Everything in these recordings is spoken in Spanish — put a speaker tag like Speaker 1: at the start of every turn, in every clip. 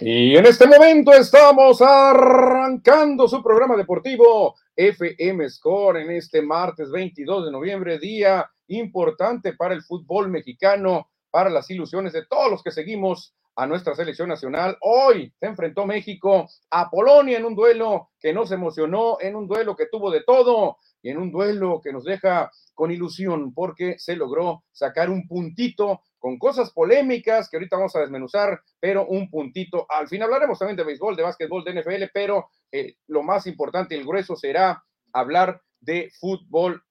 Speaker 1: Y en este momento estamos arrancando su programa deportivo FM Score en este martes 22 de noviembre, día importante para el fútbol mexicano, para las ilusiones de todos los que seguimos a nuestra selección nacional. Hoy se enfrentó México a Polonia en un duelo que nos emocionó, en un duelo que tuvo de todo y en un duelo que nos deja con ilusión porque se logró sacar un puntito con cosas polémicas que ahorita vamos a desmenuzar, pero un puntito. Al fin hablaremos también de béisbol, de básquetbol, de NFL, pero eh, lo más importante, el grueso será hablar de fútbol,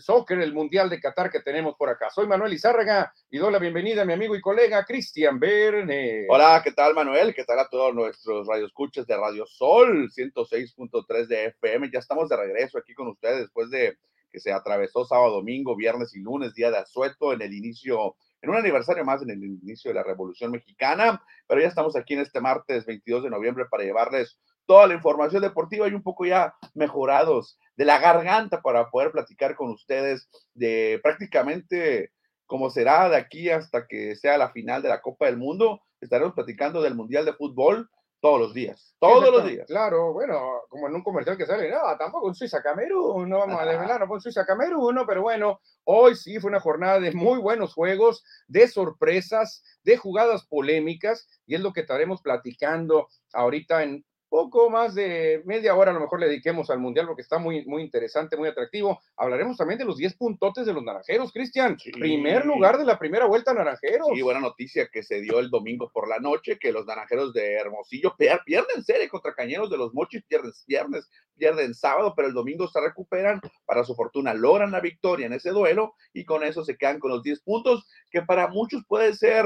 Speaker 1: soccer, el Mundial de Qatar que tenemos por acá. Soy Manuel Izárraga y doy la bienvenida a mi amigo y colega Cristian Verne.
Speaker 2: Hola, ¿qué tal Manuel? ¿Qué tal a todos nuestros radioescuchas de Radio Sol 106.3 de FM? Ya estamos de regreso aquí con ustedes después de que se atravesó sábado, domingo, viernes y lunes, día de asueto en el inicio en un aniversario más en el inicio de la Revolución Mexicana, pero ya estamos aquí en este martes 22 de noviembre para llevarles toda la información deportiva y un poco ya mejorados de la garganta para poder platicar con ustedes de prácticamente como será de aquí hasta que sea la final de la Copa del Mundo. Estaremos platicando del Mundial de Fútbol, todos los días, todos Exacto, los días.
Speaker 1: Claro, bueno, como en un comercial que sale, no, tampoco en Suiza Camerún, no vamos ah. a desvelar, no fue en Suiza Camerún, no, pero bueno, hoy sí fue una jornada de muy buenos juegos, de sorpresas, de jugadas polémicas, y es lo que estaremos platicando ahorita en poco más de media hora a lo mejor le dediquemos al Mundial porque está muy, muy interesante, muy atractivo. Hablaremos también de los 10 puntotes de los naranjeros, Cristian. Sí. Primer lugar de la primera vuelta naranjeros.
Speaker 2: Y sí, buena noticia que se dio el domingo por la noche, que los naranjeros de Hermosillo pierden serie contra Cañeros de los Mochis, pierden viernes, pierden sábado, pero el domingo se recuperan. Para su fortuna logran la victoria en ese duelo y con eso se quedan con los 10 puntos, que para muchos puede ser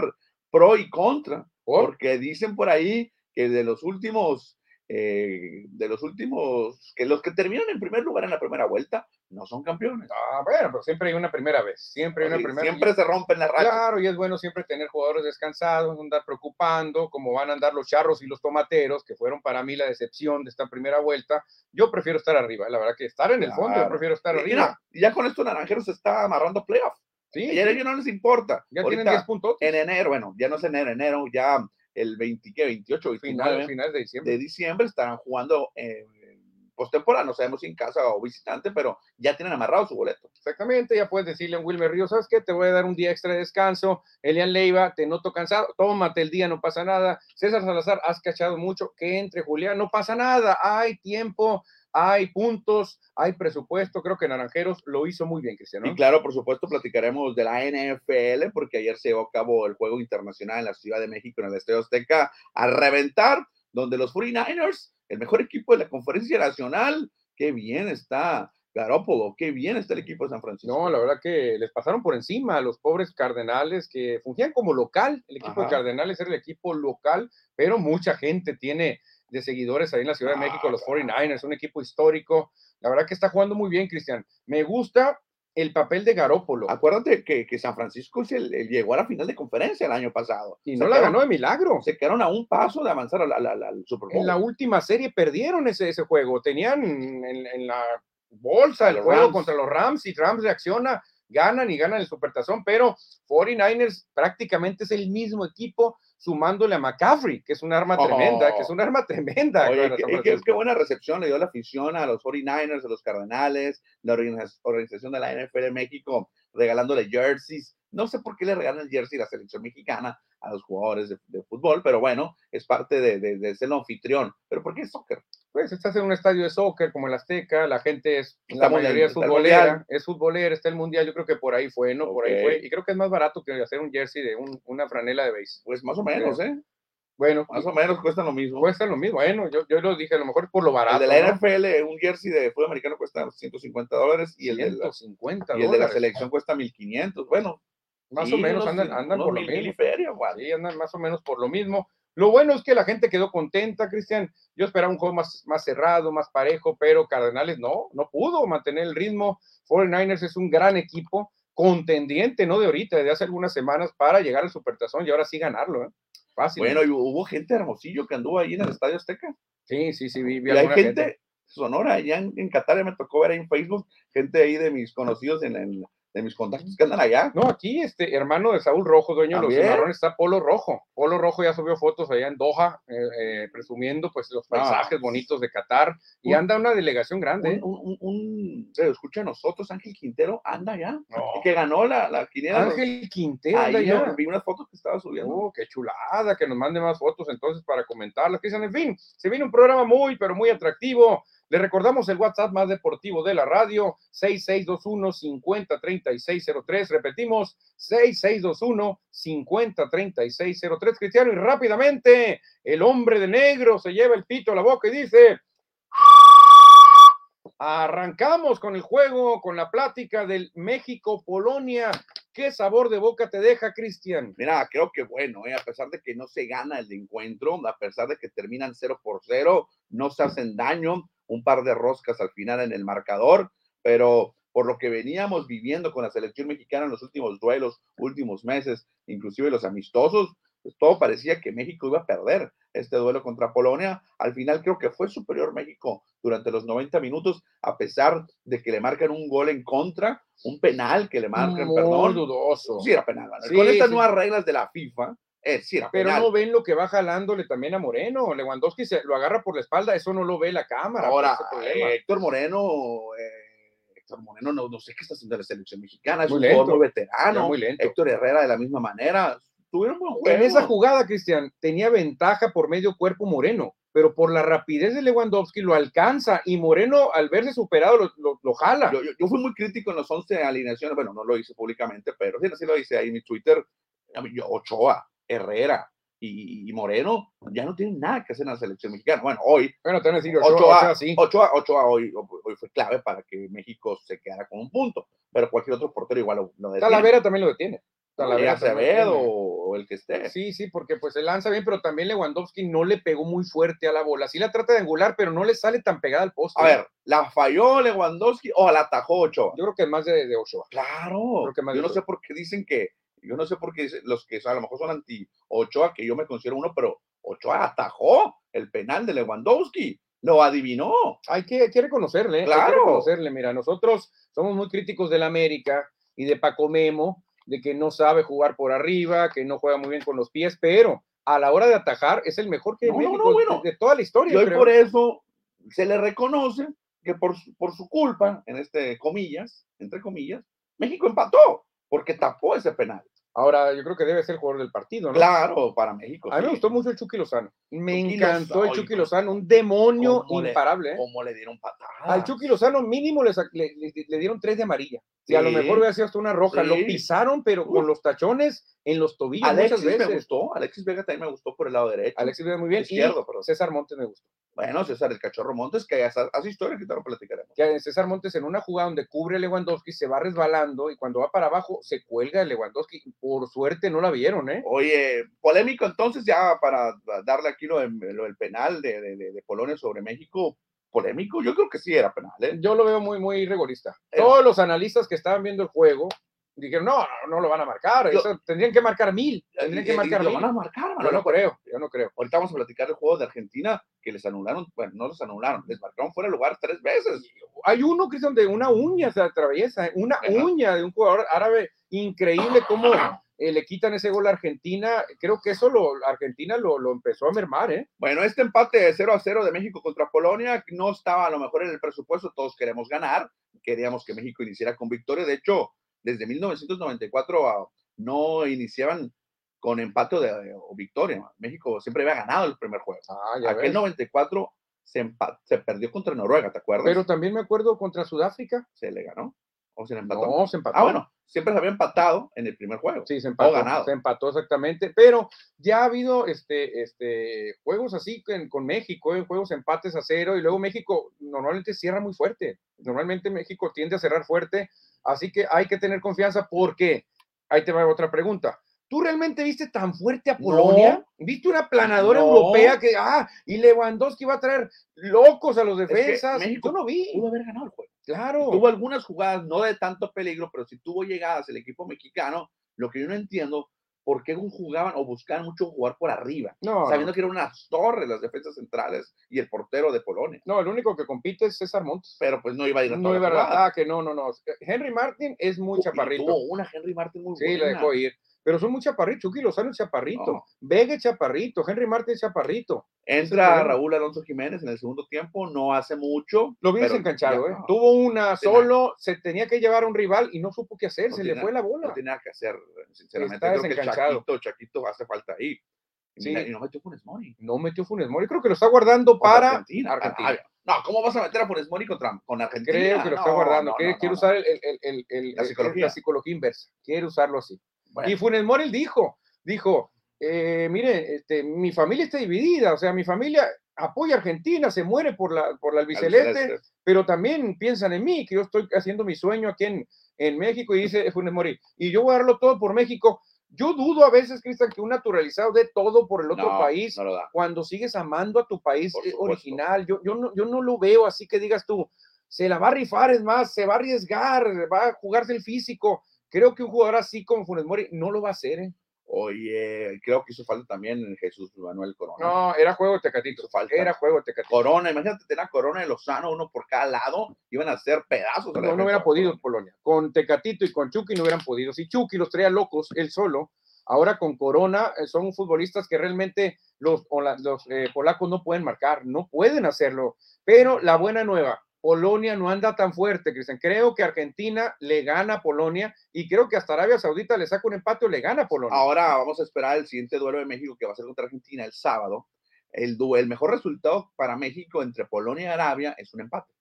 Speaker 2: pro y contra, ¿Por? porque dicen por ahí que de los últimos eh, de los últimos, que los que terminan en primer lugar en la primera vuelta no son campeones.
Speaker 1: Ah, bueno, pero siempre hay una primera vez, siempre hay una sí, primera
Speaker 2: Siempre y, se rompen las rachas.
Speaker 1: Claro, y es bueno siempre tener jugadores descansados, andar preocupando, como van a andar los charros y los tomateros, que fueron para mí la decepción de esta primera vuelta. Yo prefiero estar arriba, la verdad que estar en el claro. fondo, yo prefiero estar y arriba. Mira,
Speaker 2: ya con esto Naranjeros se está amarrando playoff. Sí, ya a ellos no les importa.
Speaker 1: Ya Ahorita, eh, tienen 10 puntos.
Speaker 2: En enero, bueno, ya no es enero, enero ya el 20, ¿qué? 28, 29
Speaker 1: final, final de, diciembre.
Speaker 2: de diciembre estarán jugando eh, postemporada, no sabemos si en casa o visitante, pero ya tienen amarrado su boleto.
Speaker 1: Exactamente, ya puedes decirle a Wilmer Ríos, ¿sabes qué? Te voy a dar un día extra de descanso. Elian Leiva, te noto cansado, tómate el día, no pasa nada. César Salazar, has cachado mucho, que entre Julián, no pasa nada, hay tiempo hay puntos, hay presupuesto. Creo que Naranjeros lo hizo muy bien, Cristiano.
Speaker 2: Y claro, por supuesto, platicaremos de la NFL, porque ayer se llevó a cabo el juego internacional en la Ciudad de México, en el Estadio Azteca, a reventar, donde los 49ers, el mejor equipo de la Conferencia Nacional, qué bien está. Garópolo, qué bien está el equipo de San Francisco.
Speaker 1: No, la verdad que les pasaron por encima a los pobres Cardenales que fungían como local. El equipo Ajá. de Cardenales era el equipo local, pero mucha gente tiene de seguidores ahí en la Ciudad de México, los 49ers, un equipo histórico. La verdad que está jugando muy bien, Cristian. Me gusta el papel de Garópolo.
Speaker 2: Acuérdate que, que San Francisco se, llegó a la final de conferencia el año pasado.
Speaker 1: Y no se la quedaron, ganó de milagro.
Speaker 2: Se quedaron a un paso de avanzar al, al, al Super Bowl.
Speaker 1: En la última serie perdieron ese, ese juego. Tenían en, en la bolsa el juego Rams. contra los Rams y Rams reacciona, ganan y ganan el Supertazón, pero 49ers prácticamente es el mismo equipo sumándole a McCaffrey, que es un arma oh. tremenda, que es un arma tremenda.
Speaker 2: Oye, claro, y qué, qué, buena recepción le dio la afición a los 49ers, a los Cardenales, la organización de la NFL de México, regalándole jerseys. No sé por qué le regalan jersey a la selección mexicana a los jugadores de, de fútbol, pero bueno, es parte de, de, de ser el anfitrión. ¿Pero por qué es soccer?
Speaker 1: Pues estás en un estadio de soccer como el Azteca, la gente es, está la mayoría bien, es futbolera, es futbolera, está el Mundial, yo creo que por ahí fue, ¿no? Okay. Por ahí fue. Y creo que es más barato que hacer un jersey de un, una franela de base.
Speaker 2: Pues más o menos, ¿eh?
Speaker 1: Bueno,
Speaker 2: más o menos cuesta lo mismo.
Speaker 1: Cuesta lo mismo, bueno, yo, yo lo dije, a lo mejor por lo barato.
Speaker 2: El de la NFL, ¿no? un jersey de fútbol americano cuesta 150 dólares y el,
Speaker 1: 150
Speaker 2: de, la, y el de la selección cuesta 1500. Bueno,
Speaker 1: más o menos andan, andan por lo
Speaker 2: mil,
Speaker 1: mismo.
Speaker 2: Feria,
Speaker 1: sí, andan más o menos por lo mismo. Lo bueno es que la gente quedó contenta, Cristian. Yo esperaba un juego más, más cerrado, más parejo, pero Cardenales no, no pudo mantener el ritmo. 49ers es un gran equipo, contendiente, no de ahorita, de hace algunas semanas para llegar al Supertazón y ahora sí ganarlo. ¿eh?
Speaker 2: Fácil. Bueno, y hubo gente de hermosillo que anduvo ahí en el Estadio Azteca.
Speaker 1: Sí, sí, sí, vi,
Speaker 2: vi y hay gente, gente, sonora, allá en, en Qatar, me tocó ver ahí en Facebook, gente ahí de mis conocidos en, en de mis contactos que andan allá.
Speaker 1: No, aquí, este hermano de Saúl Rojo, dueño de
Speaker 2: También.
Speaker 1: los cimarrones, está Polo Rojo. Polo Rojo ya subió fotos allá en Doha, eh, eh, presumiendo pues los
Speaker 2: Ah.
Speaker 1: paisajes bonitos de Qatar. Y
Speaker 2: Un-
Speaker 1: anda una delegación grande.
Speaker 2: Un,
Speaker 1: ¿eh?
Speaker 2: un, un- un- se lo escucha a nosotros, Ángel Quintero, anda allá.
Speaker 1: No.
Speaker 2: El Que ganó la, la quiniela.
Speaker 1: Oh. Ángel Quintero, anda
Speaker 2: Ahí
Speaker 1: ya.
Speaker 2: yo vi unas fotos que estaba subiendo.
Speaker 1: Oh, qué chulada, que nos mande más fotos entonces para comentarlas. Que dicen, en fin, se viene un programa muy, pero muy atractivo. Le recordamos el WhatsApp más deportivo de la radio, 6621-503603. Repetimos, 6621-503603. Cristiano, y rápidamente, el hombre de negro se lleva el pito a la boca y dice... Arrancamos con el juego, con la plática del México-Polonia. ¿Qué sabor de boca te deja, Cristian?
Speaker 2: Mira, creo que bueno, eh, a pesar de que no se gana el encuentro, a pesar de que terminan 0 por 0, no se hacen daño, un par de roscas al final en el marcador, pero por lo que veníamos viviendo con la selección mexicana en los últimos duelos, últimos meses, inclusive los amistosos, pues todo parecía que México iba a perder este duelo contra Polonia. Al final creo que fue superior México durante los 90 minutos, a pesar de que le marcan un gol en contra, un penal que le marcan,
Speaker 1: Muy
Speaker 2: perdón.
Speaker 1: dudoso.
Speaker 2: Sí, era penal. Manuel.
Speaker 1: Sí,
Speaker 2: Con estas
Speaker 1: sí.
Speaker 2: nuevas reglas de la FIFA, eh, sí era
Speaker 1: pero
Speaker 2: penal.
Speaker 1: no ven lo que va jalándole también a Moreno. Lewandowski se lo agarra por la espalda, eso no lo ve la cámara.
Speaker 2: Ahora,
Speaker 1: pues, ese problema.
Speaker 2: eh, Héctor Moreno, eh, Héctor Moreno, no, no sé qué está haciendo la selección mexicana, es
Speaker 1: Muy
Speaker 2: un
Speaker 1: lento.
Speaker 2: jugador muy
Speaker 1: Ya
Speaker 2: veterano.
Speaker 1: Ah, muy lento.
Speaker 2: Héctor Herrera de la misma manera. Tuvieron buen juego.
Speaker 1: en esa jugada, Cristian, tenía ventaja por medio cuerpo Moreno, pero por la rapidez de Lewandowski lo alcanza y Moreno, al verse superado, lo, lo- lo jala.
Speaker 2: yo, yo- yo fui muy crítico en los 11 alineaciones, bueno, no lo hice públicamente, pero sí, sí lo hice ahí en mi Twitter. A mí, yo, Ochoa, Herrera y, y Moreno ya no tienen nada que hacer en la selección mexicana. Bueno, hoy
Speaker 1: bueno, te van a decir, Ochoa, Ochoa,
Speaker 2: Ochoa,
Speaker 1: sí.
Speaker 2: Ochoa, Ochoa hoy, hoy fue clave para que México se quedara con un punto, pero cualquier otro portero igual lo, lo detiene.
Speaker 1: Talavera también lo detiene.
Speaker 2: Ya
Speaker 1: Talavera también lo
Speaker 2: Acevedo
Speaker 1: detiene.
Speaker 2: o el que esté.
Speaker 1: Sí, sí, porque pues se lanza bien, pero también Lewandowski no le pegó muy fuerte a la bola. Sí la trata de angular, pero no le sale tan pegada al poste.
Speaker 2: A ver, ¿la falló Lewandowski o la atajó Ochoa?
Speaker 1: Yo creo que es más de, de Ochoa.
Speaker 2: Claro,
Speaker 1: Creo que más de
Speaker 2: yo no
Speaker 1: todo.
Speaker 2: sé por qué dicen que, yo no sé por qué dicen- los que a lo mejor son anti Ochoa, que yo me considero uno, pero Ochoa atajó el penal de Lewandowski, lo adivinó.
Speaker 1: hay que, hay que reconocerle, ¿eh? hay que
Speaker 2: Claro.
Speaker 1: reconocerle. Mira, nosotros somos muy críticos del América y de Paco Memo, de que no sabe jugar por arriba, que no juega muy bien con los pies, pero a la hora de atajar es el mejor que
Speaker 2: No, no,
Speaker 1: México
Speaker 2: no, bueno.
Speaker 1: de, de toda la historia.
Speaker 2: Y hoy
Speaker 1: creo.
Speaker 2: por e- eso se le reconoce que por, su- por su culpa, en este comillas, entre comillas, México empató porque tapó ese penal.
Speaker 1: Ahora, yo creo que debe ser el jugador del partido, ¿no?
Speaker 2: Claro, para México.
Speaker 1: A mí me
Speaker 2: sí.
Speaker 1: gustó mucho el Chucky Lozano. Me
Speaker 2: Chucky
Speaker 1: encantó el
Speaker 2: Lozano,
Speaker 1: Chucky
Speaker 2: hijo.
Speaker 1: Lozano, un demonio
Speaker 2: ¿Cómo le-
Speaker 1: imparable. ¿eh?
Speaker 2: Cómo le dieron patada.
Speaker 1: Al Chucky Lozano mínimo le, sa- le- le- le dieron tres de amarilla. Y a lo
Speaker 2: Sí.
Speaker 1: mejor hubiera sido hasta una roja. Lo
Speaker 2: Sí.
Speaker 1: pisaron, pero
Speaker 2: Uf.
Speaker 1: con los tachones en los tobillos muchas
Speaker 2: Alexis me
Speaker 1: veces.
Speaker 2: gustó, Alexis Vega también me gustó por el lado derecho.
Speaker 1: Alexis Vega muy bien. Y
Speaker 2: Izquierdo, perdón.
Speaker 1: César Montes me gustó.
Speaker 2: Bueno, César el Cachorro Montes, que hace, hace historia que te lo platicaremos.
Speaker 1: Que César Montes en una jugada donde cubre a Lewandowski se va resbalando y cuando va para abajo se cuelga de Lewandowski. Por suerte no la vieron, ¿eh?
Speaker 2: Oye, polémico entonces, ya para darle aquí lo, de- lo del penal de, de- de- de Polonia sobre México, polémico, yo creo que sí era penal, ¿eh?
Speaker 1: Yo lo veo muy, muy rigorista.
Speaker 2: Era.
Speaker 1: Todos los analistas que estaban viendo el juego dijeron, no, no, no lo van a marcar.
Speaker 2: Yo-
Speaker 1: eso- tendrían que marcar mil. Tendrían
Speaker 2: Y-
Speaker 1: que
Speaker 2: y-
Speaker 1: marcar
Speaker 2: Eh, lo
Speaker 1: mil.
Speaker 2: van a marcar,
Speaker 1: Yo
Speaker 2: Manolo.
Speaker 1: no creo, yo no creo.
Speaker 2: Ahorita vamos a platicar el juego de Argentina, que les anularon, bueno, no los anularon, les marcaron fuera de lugar tres veces.
Speaker 1: Hay uno, Cristian, de una uña se atraviesa, ¿eh? una
Speaker 2: Ajá.
Speaker 1: uña de un jugador árabe. Increíble cómo eh, le quitan ese gol a Argentina. Creo que eso lo, Argentina lo, lo empezó a mermar, ¿eh?
Speaker 2: Bueno, este empate de 0 a 0 de México contra Polonia no estaba a lo mejor en el presupuesto, todos queremos ganar, queríamos que México iniciara con victoria, de hecho, desde 1994 a- ah, no iniciaban con empate o de- eh, o victoria, México siempre había ganado el primer juego.
Speaker 1: Ah, ya
Speaker 2: Aquel
Speaker 1: ves.
Speaker 2: 94 se, empa- se perdió contra Noruega, ¿te acuerdas?
Speaker 1: Pero también me acuerdo contra Sudáfrica.
Speaker 2: se le ganó o se le empató.
Speaker 1: No, se empató.
Speaker 2: Ah, bueno, siempre se había empatado en el primer juego.
Speaker 1: Sí, se empató.
Speaker 2: O ganado.
Speaker 1: Se empató exactamente. Pero ya ha habido este, este, juegos así con, con México, eh, juegos empates a cero. Y luego México normalmente cierra muy fuerte. Normalmente México tiende a cerrar fuerte. Así que hay que tener confianza porque ahí te va otra pregunta. ¿Tú realmente viste tan fuerte a
Speaker 2: No.
Speaker 1: Polonia? ¿Viste una planadora
Speaker 2: No.
Speaker 1: europea que, ah, y Lewandowski va a traer locos a los defensas?
Speaker 2: México
Speaker 1: Yo no vi,
Speaker 2: Pudo haber ganado el juego.
Speaker 1: claro.
Speaker 2: Tuvo algunas jugadas no de tanto peligro, pero sí tuvo llegadas el equipo mexicano. Lo que yo no entiendo por qué jugaban o buscaban mucho jugar por arriba,
Speaker 1: No,
Speaker 2: sabiendo
Speaker 1: no,
Speaker 2: que eran unas torres las defensas centrales y el portero de Polonia.
Speaker 1: no, el único que compite es César Montes.
Speaker 2: Pero pues no iba a ir a
Speaker 1: No
Speaker 2: todas
Speaker 1: iba
Speaker 2: las
Speaker 1: al
Speaker 2: jugadas.
Speaker 1: ataque, Ah, no, no, no. Henry Martin es muy
Speaker 2: Y
Speaker 1: chaparrito.
Speaker 2: tuvo una Henry Martin muy
Speaker 1: Sí, la
Speaker 2: buena.
Speaker 1: dejó ir. Pero son muy chaparritos. Chucky Lozano es chaparrito.
Speaker 2: No.
Speaker 1: Vega es chaparrito. Henry Martin es chaparrito. Ese
Speaker 2: Entra
Speaker 1: es el
Speaker 2: Raúl Alonso Jiménés en el segundo tiempo, no hace mucho.
Speaker 1: Lo vi
Speaker 2: pero
Speaker 1: desencanchado,
Speaker 2: ya
Speaker 1: ¿eh?
Speaker 2: no,
Speaker 1: Tuvo una
Speaker 2: tiene nada.
Speaker 1: solo, se tenía que llevar a un rival y no supo qué hacer.
Speaker 2: No
Speaker 1: se
Speaker 2: tiene
Speaker 1: le fue la bola.
Speaker 2: No tiene nada que hacer, sinceramente.
Speaker 1: Está
Speaker 2: Creo que
Speaker 1: desencanchado.
Speaker 2: Chaquito, Chaquito hace falta ahí. Y,
Speaker 1: Sí.
Speaker 2: mira, y no metió Funes Mori.
Speaker 1: No metió Funes Mori. Creo que lo está guardando
Speaker 2: Contra
Speaker 1: para
Speaker 2: Argentina.
Speaker 1: Argentina.
Speaker 2: Arabia. No, ¿cómo vas a meter a Funes Mori contra con Argentina?
Speaker 1: Creo que lo está
Speaker 2: No,
Speaker 1: guardando.
Speaker 2: no,
Speaker 1: Quiere,
Speaker 2: no,
Speaker 1: quiere
Speaker 2: no,
Speaker 1: usar el- el- el- el- el-
Speaker 2: La
Speaker 1: el-
Speaker 2: psicología.
Speaker 1: la psicología inversa. Quiere usarlo así.
Speaker 2: Bueno.
Speaker 1: Y Funes Mori dijo, dijo, eh, mire, este, mi familia está dividida, o sea, mi familia apoya a Argentina, se muere por la, por la
Speaker 2: al eh.
Speaker 1: albiceleste,
Speaker 2: celeste.
Speaker 1: pero también piensan en mí, que yo estoy haciendo mi sueño aquí en, en México, y dice Funes Mori, y yo voy a darlo todo por México. Yo dudo a veces, Cristian, que un naturalizado dé todo por el otro
Speaker 2: No,
Speaker 1: país
Speaker 2: No lo da.
Speaker 1: cuando sigues amando a tu país
Speaker 2: Por
Speaker 1: eh,
Speaker 2: supuesto.
Speaker 1: original. Yo, yo, no, yo no lo veo así que digas tú, se la va a rifar, es más, se va a arriesgar, va a jugarse el físico. Creo que un jugador así como Funes Mori no lo va a hacer. ¿eh?
Speaker 2: Oye, creo que hizo falta también Jesús Manuel Corona.
Speaker 1: No, era juego de Tecatito.
Speaker 2: Hizo falta.
Speaker 1: Era juego de Tecatito.
Speaker 2: Corona, imagínate tener a Corona y Lozano, uno por cada lado, iban a hacer pedazos. a la
Speaker 1: No, no
Speaker 2: defensa
Speaker 1: hubiera
Speaker 2: de
Speaker 1: podido
Speaker 2: Polonia.
Speaker 1: Polonia. Con Tecatito y con Chucky no hubieran podido. Si Chucky los traía locos, él solo. Ahora con Corona eh, son futbolistas que realmente los, o la- los eh, polacos no pueden marcar, no pueden hacerlo. Pero la buena nueva, Polonia no anda tan fuerte, Cristian. Creo que Argentina le gana a Polonia y creo que hasta Arabia Saudita le saca un empate o le gana a Polonia.
Speaker 2: Ahora vamos a esperar el siguiente duelo de México que va a ser contra Argentina el sábado. El, du- el mejor resultado para México entre Polonia y Arabia es un empate.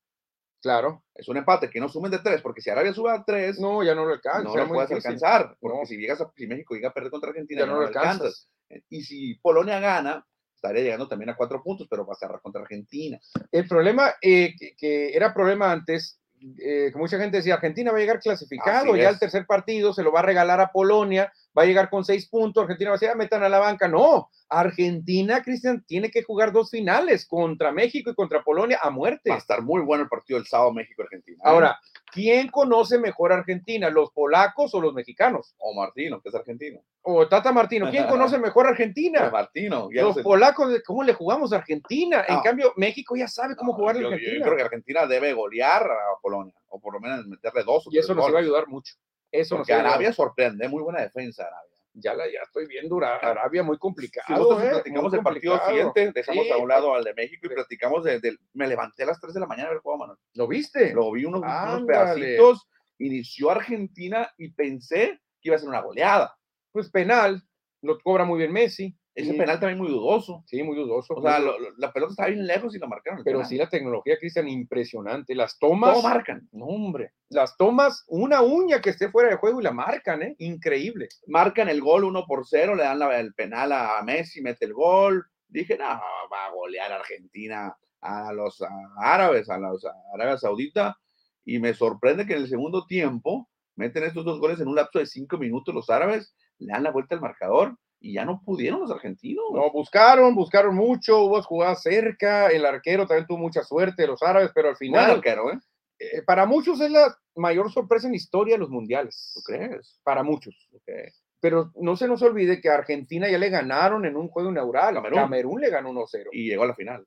Speaker 1: Claro.
Speaker 2: Es un empate que no sumen de tres, porque si Arabia sube a tres, no,
Speaker 1: No, ya no lo alcanza.
Speaker 2: lo
Speaker 1: era Ah, muy
Speaker 2: puedes
Speaker 1: difícil.
Speaker 2: alcanzar. Porque
Speaker 1: No.
Speaker 2: si, llegas a- si México llega a perder contra Argentina,
Speaker 1: Ya no lo alcanzas.
Speaker 2: Eh, Y si Polonia gana, estaría llegando también a cuatro puntos, pero va a cerrar contra Argentina.
Speaker 1: El problema eh, que, que era problema antes, eh, que mucha gente decía, Argentina va a llegar clasificado,
Speaker 2: Así
Speaker 1: ya
Speaker 2: es.
Speaker 1: el tercer partido se lo va a regalar a Polonia, va a llegar con seis puntos, Argentina va a decir, "Ah, metan a la banca. No, Argentina, Cristian, tiene que jugar dos finales contra México y contra Polonia a muerte.
Speaker 2: Va a estar muy bueno el partido el sábado México-Argentina. ¿eh?
Speaker 1: Ahora, ¿quién conoce mejor a Argentina, los polacos o los mexicanos?
Speaker 2: O Martino, que es argentino.
Speaker 1: O Tata Martino, ¿quién conoce mejor a Argentina?
Speaker 2: O Martino. ya
Speaker 1: Los
Speaker 2: se-
Speaker 1: polacos, ¿cómo le jugamos a Argentina? En
Speaker 2: No.
Speaker 1: cambio, México ya sabe cómo
Speaker 2: No,
Speaker 1: jugarle
Speaker 2: yo-
Speaker 1: a
Speaker 2: yo-
Speaker 1: Argentina.
Speaker 2: Yo, creo que Argentina debe golear a Polonia, o por lo menos meterle dos o
Speaker 1: y eso
Speaker 2: tres
Speaker 1: nos iba a
Speaker 2: goles,
Speaker 1: ayudar mucho. Eso nos
Speaker 2: Porque
Speaker 1: iba a ayudar
Speaker 2: Arabia sorprende, muy buena defensa Arabia.
Speaker 1: ya la ya estoy viendo Ara-
Speaker 2: Claro.
Speaker 1: Arabia muy
Speaker 2: Si
Speaker 1: complicado.
Speaker 2: nosotros
Speaker 1: eh,
Speaker 2: platicamos
Speaker 1: muy
Speaker 2: el partido
Speaker 1: complicado.
Speaker 2: siguiente, dejamos
Speaker 1: Sí, pues.
Speaker 2: a un lado al de México y
Speaker 1: pre-
Speaker 2: platicamos del... del- me levanté a las 3 de la mañana a ver el juego, Manuel.
Speaker 1: ¿Lo viste?
Speaker 2: Lo vi unos, unos
Speaker 1: Ándale.
Speaker 2: pedacitos, inició Argentina y pensé que iba a ser una goleada.
Speaker 1: Pues penal, lo cobra muy bien Messi.
Speaker 2: Ese
Speaker 1: Sí.
Speaker 2: penal también muy dudoso.
Speaker 1: Sí, muy dudoso.
Speaker 2: O
Speaker 1: muy
Speaker 2: sea,
Speaker 1: dudoso.
Speaker 2: lo- lo- la pelota estaba bien lejos y lo marcaron. el
Speaker 1: pero
Speaker 2: penal.
Speaker 1: sí la tecnología, Cristian, impresionante. Las
Speaker 2: ¿Cómo
Speaker 1: tomas,
Speaker 2: marcan?
Speaker 1: no, hombre, las tomas, una uña que esté fuera de juego y la marcan, ¿eh? Increíble.
Speaker 2: marcan el gol 1 por 0, le dan la- el penal a Messi, mete el gol. Dije, no, va a golear Argentina a los a, árabes, a los a Arabia Saudita. Y me sorprende que en el segundo tiempo meten estos dos goles en un lapso de 5 minutos los árabes, le dan la vuelta al marcador y ya no pudieron los argentinos.
Speaker 1: No, buscaron, buscaron mucho, hubo jugadas cerca, el arquero también tuvo mucha suerte, los árabes, pero al
Speaker 2: Buen
Speaker 1: final,
Speaker 2: arquero, ¿eh?
Speaker 1: eh, para muchos es la mayor sorpresa en la historia de los mundiales.
Speaker 2: ¿Tú crees?
Speaker 1: Para muchos.
Speaker 2: Ok.
Speaker 1: pero no se nos olvide que a Argentina ya le ganaron en un juego inaugural.
Speaker 2: Camerún.
Speaker 1: Camerún, le ganó 1-0.
Speaker 2: Y llegó a la final.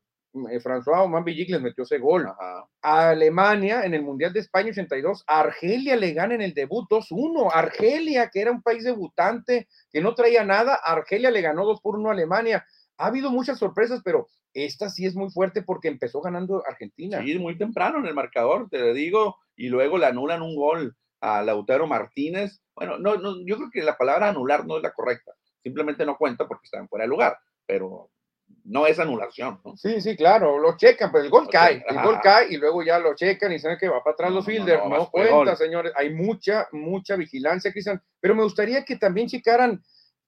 Speaker 1: Eh, François Oman Villic les metió ese gol.
Speaker 2: Ajá.
Speaker 1: A Alemania en el Mundial de España 82. a Argelia le gana en el debut 2-1. Argelia, que era un país debutante, que no traía nada. Argelia le ganó 2 por 1 a Alemania. Ha habido muchas sorpresas, pero esta sí es muy fuerte porque empezó ganando Argentina.
Speaker 2: Sí, muy temprano en el marcador, te lo digo, y luego le anulan un gol a Lautaro Martínez. Bueno, no, no, yo creo que la palabra anular no es la correcta, simplemente no cuenta porque está en fuera de lugar, pero no es anulación, ¿no?
Speaker 1: Sí, sí, claro, lo checan, pero el gol
Speaker 2: Lo
Speaker 1: cae,
Speaker 2: checan,
Speaker 1: el gol
Speaker 2: ajá.
Speaker 1: cae y luego ya lo checan y saben que va para atrás
Speaker 2: No,
Speaker 1: los
Speaker 2: no, no,
Speaker 1: fielders.
Speaker 2: no,
Speaker 1: No,
Speaker 2: vas por el
Speaker 1: cuenta,
Speaker 2: gol.
Speaker 1: señores, hay mucha, mucha vigilancia, Cristian. Pero me gustaría que también checaran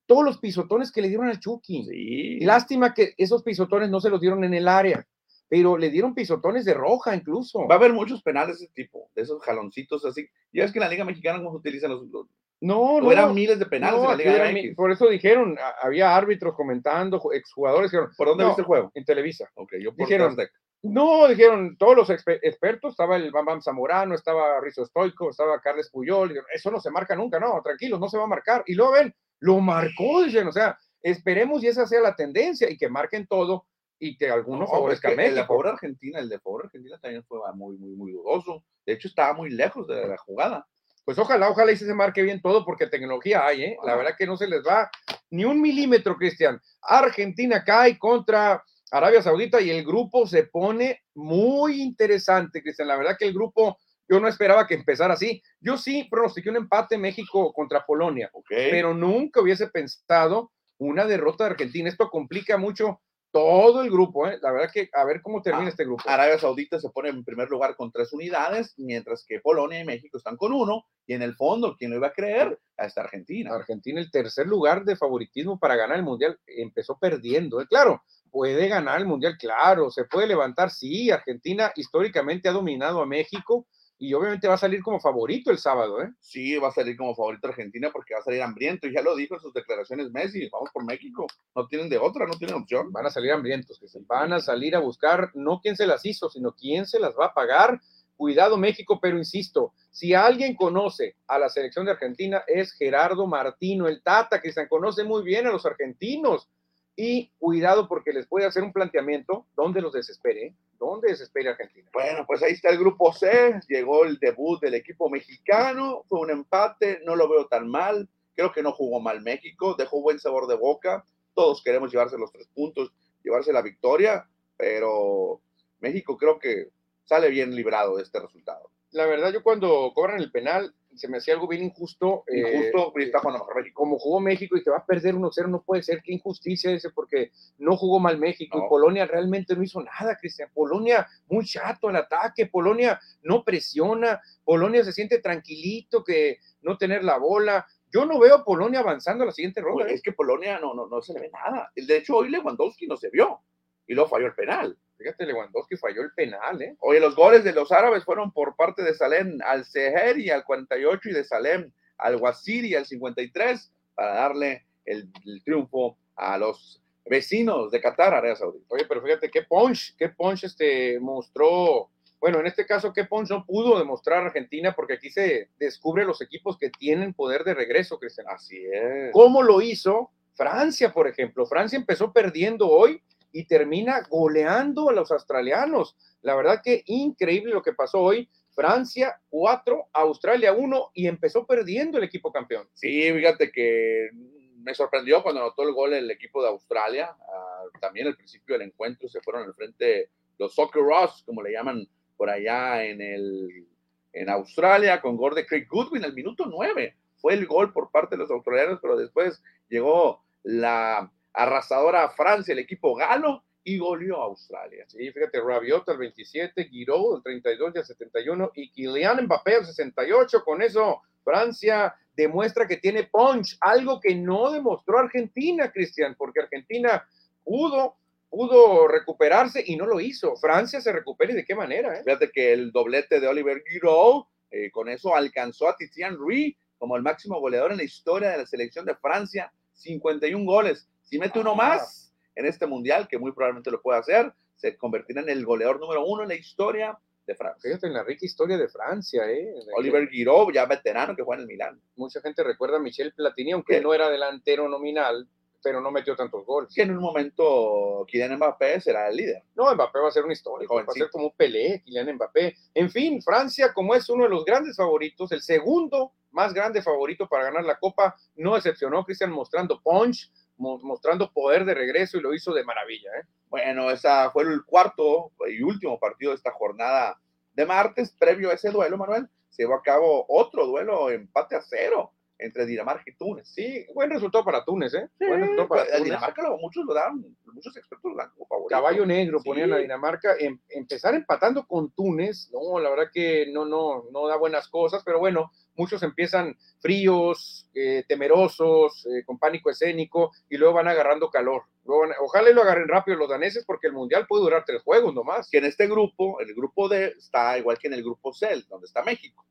Speaker 1: todos los pisotones que le dieron al Chucky.
Speaker 2: Sí,
Speaker 1: Lástima que esos pisotones no se los dieron en el área, pero le dieron pisotones de roja incluso.
Speaker 2: va a haber muchos penales de ese tipo, de esos jaloncitos así. Ya ves que en la Liga Mexicana cómo se utilizan los... los-
Speaker 1: No,
Speaker 2: o
Speaker 1: no.
Speaker 2: eran miles de penales
Speaker 1: no,
Speaker 2: en la
Speaker 1: aquí
Speaker 2: Liga
Speaker 1: era
Speaker 2: MX.
Speaker 1: mi- por eso dijeron, a- había árbitros comentando, ju- exjugadores dijeron,
Speaker 2: ¿Por dónde
Speaker 1: No.
Speaker 2: viste el juego?
Speaker 1: en Televisa.
Speaker 2: Ok, yo por
Speaker 1: Dijeron,
Speaker 2: Thursday.
Speaker 1: No, dijeron todos los exper- expertos, estaba el Bam Bam Zamorano, estaba Rizo Stoico, estaba Carles Puyol, dijeron, eso no se marca nunca, no, tranquilos, no se va a marcar. Y luego ven, Lo marcó, dicen, o sea, esperemos y esa sea la tendencia y que marquen todo y que alguno
Speaker 2: No, pues,
Speaker 1: favorezca
Speaker 2: es
Speaker 1: a
Speaker 2: que El de
Speaker 1: México.
Speaker 2: favor Argentina, el de favor Argentina también fue ah, muy, muy, muy dudoso. De hecho, estaba muy lejos de la jugada.
Speaker 1: Pues ojalá, ojalá y se marque bien todo porque tecnología hay, ¿eh? La
Speaker 2: Ah.
Speaker 1: verdad que no se les va ni un milímetro, Cristian. Argentina cae contra Arabia Saudita y el grupo se pone muy interesante, Cristian. La verdad que el grupo, yo no esperaba que empezara así. Yo sí pronostiqué un empate México contra Polonia.
Speaker 2: Ok.
Speaker 1: pero nunca hubiese pensado una derrota de Argentina. Esto complica mucho todo el grupo, ¿eh? La verdad que a ver cómo termina
Speaker 2: Ah,
Speaker 1: este grupo.
Speaker 2: Arabia Saudita se pone en primer lugar con tres unidades, mientras que Polonia y México están con uno. Y en el fondo, ¿quién lo iba a creer? Hasta Argentina.
Speaker 1: Argentina, el tercer lugar de favoritismo para ganar el Mundial, empezó perdiendo, ¿eh? Claro, puede ganar el Mundial, claro, se puede levantar, sí, Argentina históricamente ha dominado a México y obviamente va a salir como favorito el sábado, ¿eh?
Speaker 2: Sí, va a salir como favorito Argentina porque va a salir hambriento. Y ya lo dijo en sus declaraciones Messi, vamos por México. No tienen de otra, no tienen opción.
Speaker 1: Van a salir hambrientos, que se van a salir a buscar no quién se las hizo, sino quién se las va a pagar. Cuidado México, pero insisto, si alguien conoce a la selección de Argentina es Gerardo Martino, el Tata, que se conoce muy bien a los argentinos. Y cuidado porque les puede hacer un planteamiento donde los desespere, ¿eh? donde desespere a Argentina.
Speaker 2: Bueno, pues ahí está el grupo C. Llegó el debut del equipo mexicano. Fue un empate, no lo veo tan mal. Creo que no jugó mal México, dejó buen sabor de boca. Todos queremos llevarse los tres puntos, llevarse la victoria, pero México creo que sale bien librado de este resultado.
Speaker 1: La verdad, yo cuando cobran el penal se me hacía algo bien injusto. eh,
Speaker 2: Justo está jugando mejor México.
Speaker 1: como jugó México y que va a perder 1-0, no puede ser, qué injusticia ese, porque no jugó mal México y
Speaker 2: No.
Speaker 1: Polonia realmente no hizo nada, Cristian. Polonia muy chato al ataque, Polonia no presiona, Polonia se siente tranquilito que no tener la bola. Yo no veo a Polonia avanzando a la siguiente ronda.
Speaker 2: Oye,
Speaker 1: ¿eh?
Speaker 2: pues, es que Polonia no, no, no se le ve nada. De hecho, hoy Lewandowski no se vio y luego falló el penal.
Speaker 1: Fíjate, Lewandowski falló el penal, ¿eh?
Speaker 2: Oye, los goles de los árabes fueron por parte de Salem al Seheri al 48 y de Salem al Wasiri al 53 para darle el, el triunfo a los vecinos de Qatar, Arabia Saudita.
Speaker 1: Oye, pero fíjate qué punch, qué punch este mostró. Bueno, en este caso, qué punch no pudo demostrar Argentina, porque aquí se descubre los equipos que tienen poder de regreso, Cristian.
Speaker 2: Así es.
Speaker 1: ¿Cómo lo hizo Francia, por ejemplo? Francia empezó perdiendo hoy y termina goleando a los australianos. La verdad que increíble lo que pasó hoy. Francia 4, Australia 1 y empezó perdiendo el equipo campeón.
Speaker 2: Sí, fíjate que me sorprendió cuando anotó el gol el equipo de Australia. Ah, también al principio del encuentro se fueron al frente los Socceros, como le llaman por allá en, el, en Australia, con gol de Craig Goodwin al minuto 9. Fue el gol por parte de los australianos, pero después llegó la arrasadora Francia, el equipo galo, y goleó a Australia.
Speaker 1: Sí, fíjate, Rabiot al 27, Giroud al 32 y al 71 y Kylian Mbappé al 68. Con eso, Francia demuestra que tiene punch, algo que no demostró Argentina, Cristian, porque Argentina pudo, pudo recuperarse y no lo hizo. Francia se recupera y de qué manera, ¿eh?
Speaker 2: Fíjate que el doblete de Oliver Giroud, eh, con eso alcanzó a Titian Rui como el máximo goleador en la historia de la selección de Francia, 51 goles. Si mete uno
Speaker 1: Ah.
Speaker 2: más en este mundial, que muy probablemente lo pueda hacer, se convertirá en el goleador número uno en la historia de Francia.
Speaker 1: Fíjate en la rica historia de Francia, ¿eh? De que
Speaker 2: Oliver Giroud, ya veterano que juega en el Milán.
Speaker 1: Mucha gente recuerda a Michel Platini, aunque
Speaker 2: Sí.
Speaker 1: no era delantero nominal, pero no metió tantos goles.
Speaker 2: Que en un momento Kylian Mbappé será el líder.
Speaker 1: No, Mbappé va a ser un histórico, va a
Speaker 2: Jovencito.
Speaker 1: ser como un Pelé, Kylian Mbappé. En fin, Francia, como es uno de los grandes favoritos, el segundo más grande favorito para ganar la Copa, no decepcionó, Cristian, mostrando punch, mo- mostrando poder de regreso y lo hizo de maravilla. ¿eh?
Speaker 2: Bueno, esa fue el cuarto y último partido de esta jornada de martes. Previo a ese duelo, Manuel, se llevó a cabo otro duelo empate a cero entre Dinamarca y Túnez.
Speaker 1: Sí, buen resultado para Túnez, ¿eh? Buen resultado para
Speaker 2: Pues, a
Speaker 1: Túnez.
Speaker 2: Dinamarca lo- muchos lo dan, muchos expertos lo dan como favorito.
Speaker 1: Caballo negro ponían a
Speaker 2: Sí.
Speaker 1: Dinamarca. Em- empezar empatando con Túnez, no, la verdad que no, no, no da buenas cosas, pero bueno, muchos empiezan fríos, eh, temerosos, eh, con pánico escénico y luego van agarrando calor. Luego van- ojalá y lo agarren rápido los daneses porque el mundial puede durar tres juegos nomás.
Speaker 2: Que en este grupo, en el grupo D, está igual que en el grupo C, donde está México.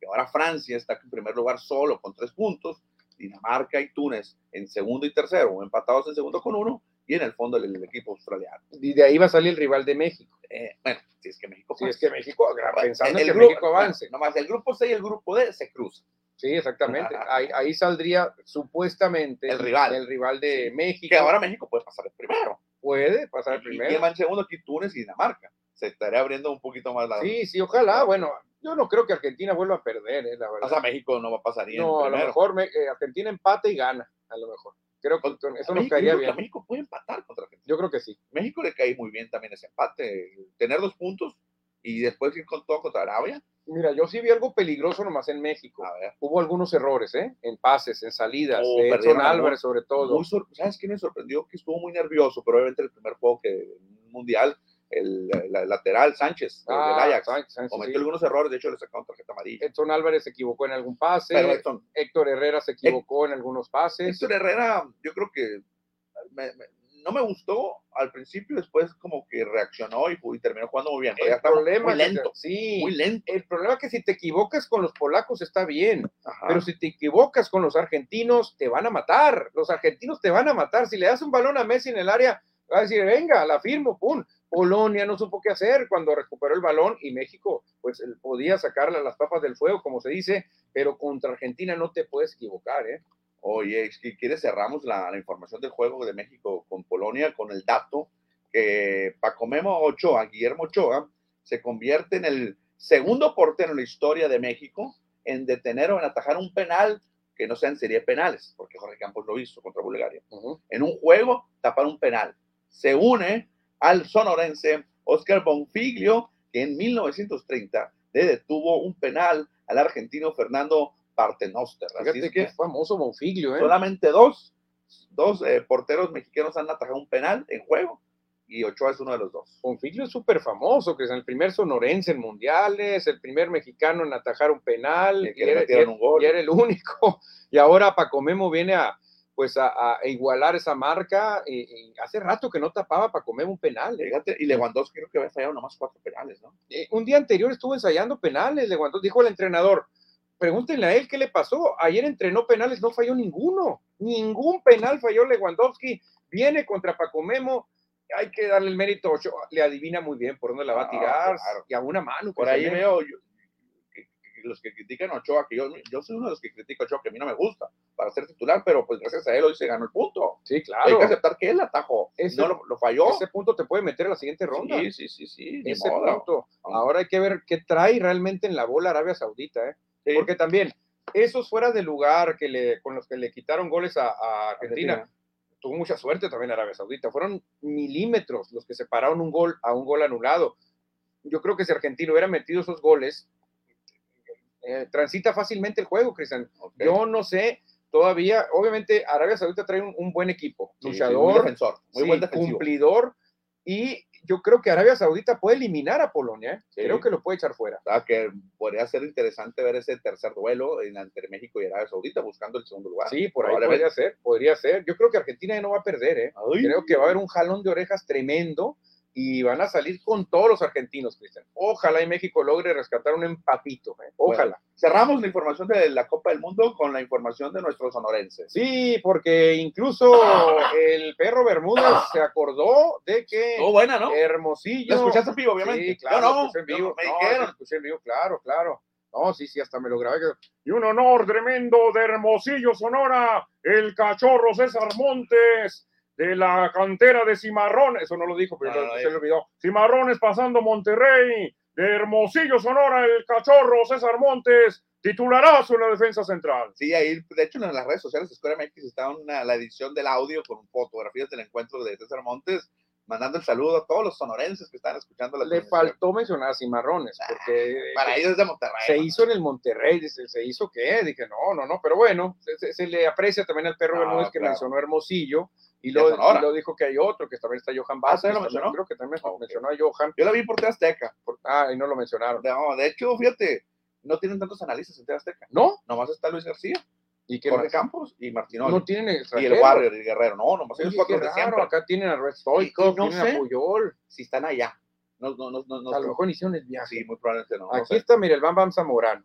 Speaker 2: Que ahora Francia está en primer lugar solo con tres puntos. Dinamarca y Túnez en segundo y tercero, empatados en segundo con uno. Y en el fondo el, el equipo australiano.
Speaker 1: Y de ahí va a salir el rival de México.
Speaker 2: Eh, bueno, si es que México
Speaker 1: Si es
Speaker 2: pasa.
Speaker 1: que México, agra-
Speaker 2: Bueno,
Speaker 1: pensando en que
Speaker 2: grupo-
Speaker 1: México avance.
Speaker 2: Nomás el grupo C y el grupo D se cruzan.
Speaker 1: Sí, exactamente. Ahí, ahí saldría supuestamente
Speaker 2: El rival.
Speaker 1: el rival de México.
Speaker 2: Que ahora México puede pasar el primero.
Speaker 1: puede pasar
Speaker 2: Y quién
Speaker 1: primero.
Speaker 2: va en segundo aquí Túnez y Dinamarca. Se estaría abriendo un poquito más la.
Speaker 1: Sí, sí, ojalá. Bueno, yo no creo que Argentina vuelva a perder, eh, la
Speaker 2: O
Speaker 1: verdad.
Speaker 2: sea, México no va a pasar ni en
Speaker 1: no, a lo
Speaker 2: primero.
Speaker 1: mejor me- eh, Argentina empata y gana, a lo mejor. Creo que con- eso nos
Speaker 2: México-
Speaker 1: caería
Speaker 2: yo creo que
Speaker 1: bien.
Speaker 2: México puede empatar contra Argentina.
Speaker 1: Yo creo que sí.
Speaker 2: México le cae muy bien también ese empate. Tener dos puntos y después ir con todo contra Arabia.
Speaker 1: Mira, yo sí vi algo peligroso nomás en México.
Speaker 2: A ver.
Speaker 1: Hubo algunos errores, ¿eh? En pases, en salidas,
Speaker 2: Ah. Oh,
Speaker 1: de Edson
Speaker 2: perdieron algo.
Speaker 1: Álvarez sobre todo.
Speaker 2: Muy sor- ¿Sabes qué me sorprendió? Que estuvo muy nervioso, pero obviamente el primer juego que mundial, el, la- lateral Sánchez del-
Speaker 1: Ah,
Speaker 2: del Ajax,
Speaker 1: Sánchez, Sánchez,
Speaker 2: cometió
Speaker 1: sí.
Speaker 2: algunos errores, de hecho le sacaron tarjeta amarilla.
Speaker 1: Edson Álvarez se equivocó en algún pase,
Speaker 2: Pero Edson,
Speaker 1: Héctor Herrera se equivocó en algunos pases.
Speaker 2: Héctor Herrera, yo creo que me- me- no me gustó al principio, después como que reaccionó y, y terminó jugando muy bien. pero
Speaker 1: El
Speaker 2: ya estaba
Speaker 1: problema
Speaker 2: muy
Speaker 1: que se-
Speaker 2: lento,
Speaker 1: sí,
Speaker 2: muy lento.
Speaker 1: el problema es que si te equivocas con los polacos está bien,
Speaker 2: Ajá.
Speaker 1: pero si te equivocas con los argentinos te van a matar, los argentinos te van a matar, si le das un balón a Messi en el área va a decir, venga, la firmo, pum. Polonia no supo qué hacer cuando recuperó el balón y México pues él podía sacarle las papas del fuego, como se dice, pero contra Argentina no te puedes equivocar, ¿eh?
Speaker 2: Oye, es que quieres cerramos la, la información del juego de México con Polonia con el dato que Paco Memo Ochoa, Guillermo Ochoa, se convierte en el segundo portero en la historia de México en detener o en atajar un penal que no sean serie de penales, porque Jorge Campos lo hizo contra Bulgaria. En un juego, tapar un penal. Se une al sonorense Oscar Bonfiglio, que en 1930 le detuvo un penal al argentino Fernando Partenoster. Así
Speaker 1: Fíjate
Speaker 2: es
Speaker 1: qué
Speaker 2: que-
Speaker 1: famoso Bonfiglio, ¿eh?
Speaker 2: Solamente dos, dos eh, porteros mexicanos han atajado un penal en juego y Ochoa es uno de los dos.
Speaker 1: Bonfiglio es súper famoso, que es el primer sonorense en mundiales, el primer mexicano en atajar un penal,
Speaker 2: El
Speaker 1: y
Speaker 2: que le
Speaker 1: era,
Speaker 2: metieron
Speaker 1: y era-
Speaker 2: un gol.
Speaker 1: y era el único. Y ahora Paco Memo viene a, pues a, a igualar esa marca. Y, y hace rato que no tapaba Paco Memo un penal. ¿eh?
Speaker 2: Fíjate, y Lewandowski creo que había fallado nomás cuatro penales, ¿no?
Speaker 1: Eh, un día anterior estuvo ensayando penales, Lewandowski, dijo el entrenador. Pregúntenle a él qué le pasó. Ayer entrenó penales, no falló ninguno. Ningún penal falló Lewandowski. Viene contra Paco Memo. Hay que darle el mérito. Ochoa le adivina muy bien por dónde la va a
Speaker 2: Ah,
Speaker 1: tirar.
Speaker 2: claro.
Speaker 1: Y a una mano. que
Speaker 2: Por
Speaker 1: se
Speaker 2: ahí
Speaker 1: le-
Speaker 2: veo yo- que- que los que critican a Ochoa, que yo, yo soy uno de los que critica a Ochoa, que a mí no me gusta para ser titular, pero pues gracias a él hoy se ganó el punto.
Speaker 1: Sí,
Speaker 2: Hay
Speaker 1: claro.
Speaker 2: que aceptar que él atajó,
Speaker 1: Ese-
Speaker 2: no lo, lo falló.
Speaker 1: Ese punto te puede meter a la siguiente ronda.
Speaker 2: Sí, sí, sí, sí, ni
Speaker 1: ese
Speaker 2: modo.
Speaker 1: punto. Ahora hay que ver qué trae realmente en la bola Arabia Saudita, ¿eh?
Speaker 2: Sí,
Speaker 1: Porque también esos fuera de lugar que le, con los que le quitaron goles a, a Argentina,
Speaker 2: Argentina.
Speaker 1: tuvo mucha suerte también Arabia Saudita. Fueron milímetros los que separaron un gol a un gol anulado. Yo creo que si Argentina hubiera metido esos goles, eh, transita fácilmente el juego, Cristian.
Speaker 2: Ok.
Speaker 1: Yo no sé todavía, obviamente Arabia Saudita trae un, un buen equipo,
Speaker 2: Sí, sí, muy
Speaker 1: luchador,
Speaker 2: defensor, muy
Speaker 1: sí,
Speaker 2: buen defensivo.
Speaker 1: cumplidor. Y yo creo que Arabia Saudita puede eliminar a Polonia. ¿eh?
Speaker 2: Sí.
Speaker 1: Creo que lo puede echar fuera.
Speaker 2: O sea, que podría ser interesante ver ese tercer duelo en- entre México y Arabia Saudita buscando el segundo lugar.
Speaker 1: sí, por ahí
Speaker 2: probablemente.
Speaker 1: podría ser, podría ser. Yo creo que Argentina ya no va a perder. ¿eh?
Speaker 2: Ay,
Speaker 1: Creo que va a haber un jalón de orejas tremendo y van a salir con todos los argentinos, Cristian. Ojalá y México logre rescatar un empatito. ¿eh? Ojalá.
Speaker 2: Cerramos la información de la Copa del Mundo con la información de nuestros sonorenses.
Speaker 1: Sí, porque incluso el perro Bermúdez se acordó de que
Speaker 2: Estuvo buena, ¿no?
Speaker 1: Hermosillo.
Speaker 2: la escuchaste en vivo, obviamente.
Speaker 1: Sí, claro,
Speaker 2: Yo
Speaker 1: lo
Speaker 2: no,
Speaker 1: escuché en
Speaker 2: yo
Speaker 1: vivo.
Speaker 2: no, me
Speaker 1: No,
Speaker 2: dijeron.
Speaker 1: sí, escuché en vivo, claro, claro. No, sí, sí, hasta me lo grabé. Y un honor tremendo de Hermosillo, Sonora, el cachorro César Montes de la cantera de Cimarrones. Eso no lo dijo, pero
Speaker 2: No,
Speaker 1: lo-
Speaker 2: no, no,
Speaker 1: se
Speaker 2: no.
Speaker 1: le olvidó. Cimarrones pasando Monterrey, de Hermosillo, Sonora, el cachorro César Montes, titularazo en la defensa central.
Speaker 2: Sí, ahí, de hecho, en las redes sociales de Escuela MX está una- la edición del audio con fotografías del encuentro de César Montes, mandando el saludo a todos los sonorenses que están escuchando la
Speaker 1: Le
Speaker 2: transmisión.
Speaker 1: faltó mencionar a Cimarrones, porque eh,
Speaker 2: Para ellos es de Monterrey.
Speaker 1: se
Speaker 2: ¿no?
Speaker 1: hizo en el Monterrey, dice, se hizo qué, dije, no, no, no, pero bueno, se, se- se le aprecia también al perro
Speaker 2: No,
Speaker 1: Bermúdez que
Speaker 2: claro.
Speaker 1: mencionó a Hermosillo y
Speaker 2: Y
Speaker 1: lo,
Speaker 2: a Sonora.
Speaker 1: y lo dijo que hay otro, que también está Johan
Speaker 2: Ah,
Speaker 1: Vázquez,
Speaker 2: ¿también lo
Speaker 1: también
Speaker 2: mencionó? Ah,
Speaker 1: creo que también
Speaker 2: Ok.
Speaker 1: mencionó a Johan,
Speaker 2: Yo la vi por TV Azteca.
Speaker 1: por- ah, y no lo mencionaron,
Speaker 2: No, de hecho, fíjate, no tienen tantos analistas en TV Azteca.
Speaker 1: ¿no?
Speaker 2: Nomás está Luis García,
Speaker 1: ¿Y qué
Speaker 2: Jorge
Speaker 1: más?
Speaker 2: Campos y Martinoli.
Speaker 1: No tienen
Speaker 2: y el
Speaker 1: extranjeros.
Speaker 2: Warrior, el Guerrero. No, nomás ellos
Speaker 1: Oye,
Speaker 2: cuatro
Speaker 1: qué
Speaker 2: de
Speaker 1: raro,
Speaker 2: siempre.
Speaker 1: acá tienen a Red
Speaker 2: Y- y no
Speaker 1: tienen a
Speaker 2: sé.
Speaker 1: Puyol,
Speaker 2: Si están allá. No, no, no, no, no-
Speaker 1: a lo mejor hicieron el viaje.
Speaker 2: Sí, muy probablemente no. no
Speaker 1: Aquí
Speaker 2: sé.
Speaker 1: está, mira, el Bam Bam Zamorano,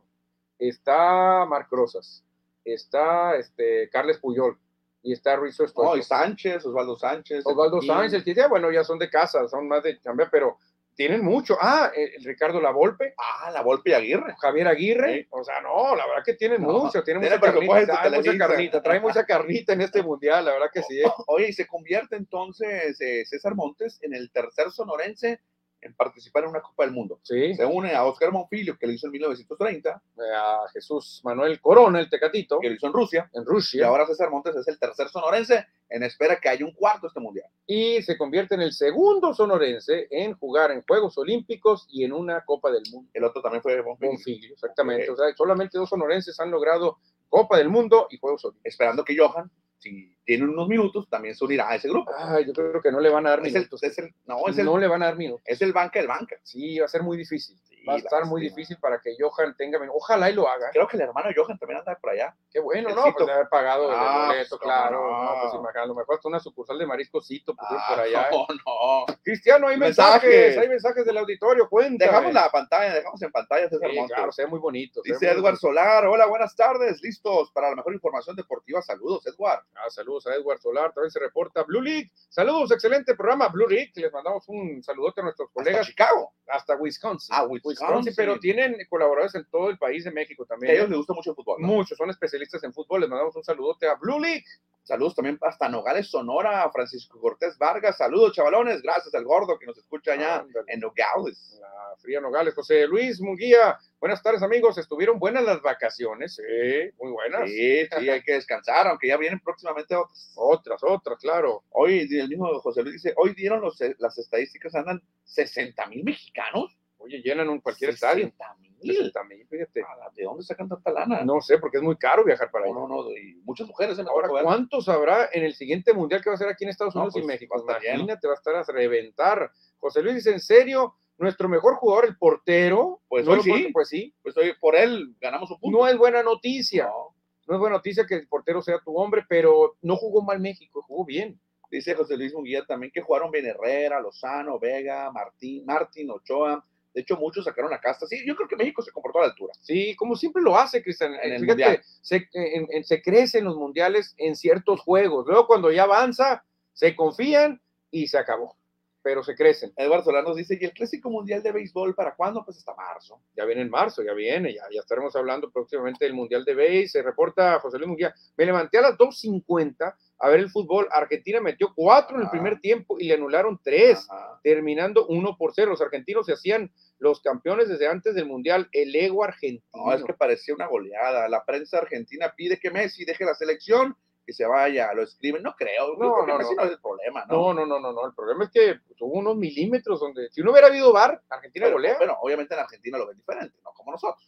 Speaker 1: está Marc Rosas, está este, Carles Puyol y está Ruiz Ostoico.
Speaker 2: No, y Sánchez, Osvaldo Sáncez.
Speaker 1: Osvaldo
Speaker 2: y-
Speaker 1: Sáenz, el que ya, bueno, ya son de casa, son más de chambea, pero Tienen mucho. Ah, eh, Ricardo Lavolpe,
Speaker 2: Ah, la Volpe y Aguirre.
Speaker 1: Javier Aguirre.
Speaker 2: Sí.
Speaker 1: O sea, no, la verdad que tienen
Speaker 2: No,
Speaker 1: mucho. Tienen
Speaker 2: tiene
Speaker 1: mucha carnita,
Speaker 2: presupuesto,
Speaker 1: trae mucha
Speaker 2: Televisa. Oh.
Speaker 1: carnita. Trae mucha carnita en este mundial, la verdad que sí. eh.
Speaker 2: Oye, y se convierte entonces eh, César Montes en el tercer sonorense en participar en una Copa del Mundo.
Speaker 1: Sí.
Speaker 2: Se une a Oscar Monfilio, que lo hizo en 1930,
Speaker 1: A Jesús Manuel Corona, el tecatito,
Speaker 2: que lo hizo en Rusia,
Speaker 1: en
Speaker 2: y
Speaker 1: Rusia.
Speaker 2: ahora César Montes es el tercer sonorense en espera que haya un cuarto este mundial.
Speaker 1: y se convierte en el segundo sonorense en jugar en Juegos Olímpicos y en una Copa del Mundo.
Speaker 2: El otro también fue Bonfilio.
Speaker 1: Bonfiglio, exactamente. O sea, solamente dos sonorenses han logrado Copa del Mundo y Juegos Olímpicos.
Speaker 2: Esperando que Johan, si tiene unos minutos, también se unirá a ese grupo.
Speaker 1: Ay, yo creo que no le van a dar
Speaker 2: Es el,
Speaker 1: minutos.
Speaker 2: es el- no, es Pues el,
Speaker 1: no le van a dar minutos.
Speaker 2: es el banca del banca.
Speaker 1: Sí, va a ser muy difícil.
Speaker 2: Sí,
Speaker 1: Va a estar muy
Speaker 2: lástima.
Speaker 1: difícil para que Johan tenga. min- Ojalá y lo haga. ¿eh?
Speaker 2: Creo que el hermano Johan también anda por allá.
Speaker 1: Qué bueno,
Speaker 2: El
Speaker 1: ¿no?
Speaker 2: Cito.
Speaker 1: Pues de haber pagado
Speaker 2: Ah,
Speaker 1: el boleto,
Speaker 2: pues,
Speaker 1: claro.
Speaker 2: cómo no.
Speaker 1: No, pues imagínate, a lo mejor hasta una sucursal de mariscosito
Speaker 2: Ah,
Speaker 1: por allá.
Speaker 2: No, no.
Speaker 1: Cristiano, hay
Speaker 2: Mensajes.
Speaker 1: mensajes. hay mensajes del auditorio, cuenta.
Speaker 2: Dejamos la pantalla, dejamos en pantalla César
Speaker 1: Sí,
Speaker 2: Montes.
Speaker 1: claro, se ve muy bonito. se ve
Speaker 2: Dice
Speaker 1: muy
Speaker 2: Edward Solar, hola, buenas tardes, listos para la mejor información deportiva. Saludos, Edward.
Speaker 1: Ah, saludos a Edward Solar, también se reporta Blue League. Saludos, excelente programa Blue League. Les mandamos un saludote a nuestros
Speaker 2: Colega
Speaker 1: colegas
Speaker 2: Chicago.
Speaker 1: hasta Wisconsin.
Speaker 2: Ah,
Speaker 1: Wisconsin,
Speaker 2: Wisconsin.
Speaker 1: pero tienen colaboradores en todo el país de México
Speaker 2: Que a ellos
Speaker 1: también.
Speaker 2: les gusta mucho el fútbol. ¿no?
Speaker 1: Muchos son especialistas en fútbol. Les mandamos un saludote a Blue League.
Speaker 2: Saludos también hasta Nogales, Sonora, Francisco Cortés Vargas. Saludos, chavalones. Gracias al gordo que nos escucha allá
Speaker 1: Ándale,
Speaker 2: en Nogales.
Speaker 1: la Fría Nogales, José Luis Munguía. Buenas tardes, amigos. Estuvieron buenas las vacaciones. Sí, muy buenas.
Speaker 2: Sí, sí, hay que descansar, aunque ya vienen próximamente otros.
Speaker 1: Otras, otras, claro.
Speaker 2: Hoy el mismo José Luis dice, hoy dieron los- eh, las estadísticas, andan 60 mil mexicanos.
Speaker 1: Oye, llenan un cualquier estadio.
Speaker 2: 60 mil.
Speaker 1: 60 mil, fíjate.
Speaker 2: ¿De dónde sacan tanta lana?
Speaker 1: No sé, porque es muy caro viajar para allá.
Speaker 2: Ah. no, no, no, y muchas mujeres se me
Speaker 1: Ahora,
Speaker 2: tocó ver.
Speaker 1: ¿cuántos habrá en el siguiente mundial que va a ser aquí en Estados
Speaker 2: No,
Speaker 1: Unidos
Speaker 2: pues,
Speaker 1: y México?
Speaker 2: va a estar lleno.
Speaker 1: Imagínate, va a estar a reventar. José Luis dice, ¿en serio? Nuestro mejor jugador, el portero,
Speaker 2: Pues
Speaker 1: no
Speaker 2: hoy
Speaker 1: lo
Speaker 2: sí.
Speaker 1: puedo- pues sí.
Speaker 2: Pues oye, por él ganamos un punto.
Speaker 1: No es buena noticia. No.
Speaker 2: No.
Speaker 1: es buena noticia que el portero sea tu hombre, pero no jugó mal México, jugó bien.
Speaker 2: Dice José Luis Munguía también que jugaron bien Herrera, Lozano, Vega, Martín, Martín, Ochoa. De hecho, muchos sacaron la casta. Sí, yo creo que México se comportó a la altura.
Speaker 1: Sí, como siempre lo hace, Cristian.
Speaker 2: En el mundial.
Speaker 1: Fíjate, se, en- en- se crece en los mundiales en ciertos juegos. Luego, cuando ya avanza, se confían y se acabó. Pero se crecen.
Speaker 2: Eduardo Solano nos dice, ¿y el Clásico Mundial de Béisbol para cuándo? Pues hasta marzo.
Speaker 1: ya viene en marzo, ya viene, ya, ya estaremos hablando próximamente del Mundial de Base, se reporta José Luis Munguía, me levanté a las 2.50 a ver el fútbol, Argentina metió cuatro en el
Speaker 2: Ah.
Speaker 1: primer tiempo y le anularon tres,
Speaker 2: Ajá.
Speaker 1: terminando uno por cero, los argentinos se hacían los campeones desde antes del Mundial, el ego argentino.
Speaker 2: No, es que parecía una goleada. La prensa argentina pide que Messi deje la selección, que se vaya. Lo escriben, no creo.
Speaker 1: No,
Speaker 2: No,
Speaker 1: no,
Speaker 2: Messi
Speaker 1: no.
Speaker 2: no. es el problema, ¿no?
Speaker 1: no, no, no, no, no, el problema es que pues, hubo unos milímetros donde, si no hubiera habido VAR, Argentina
Speaker 2: pero,
Speaker 1: golea, pero,
Speaker 2: bueno, obviamente en Argentina lo ven diferente, no como nosotros.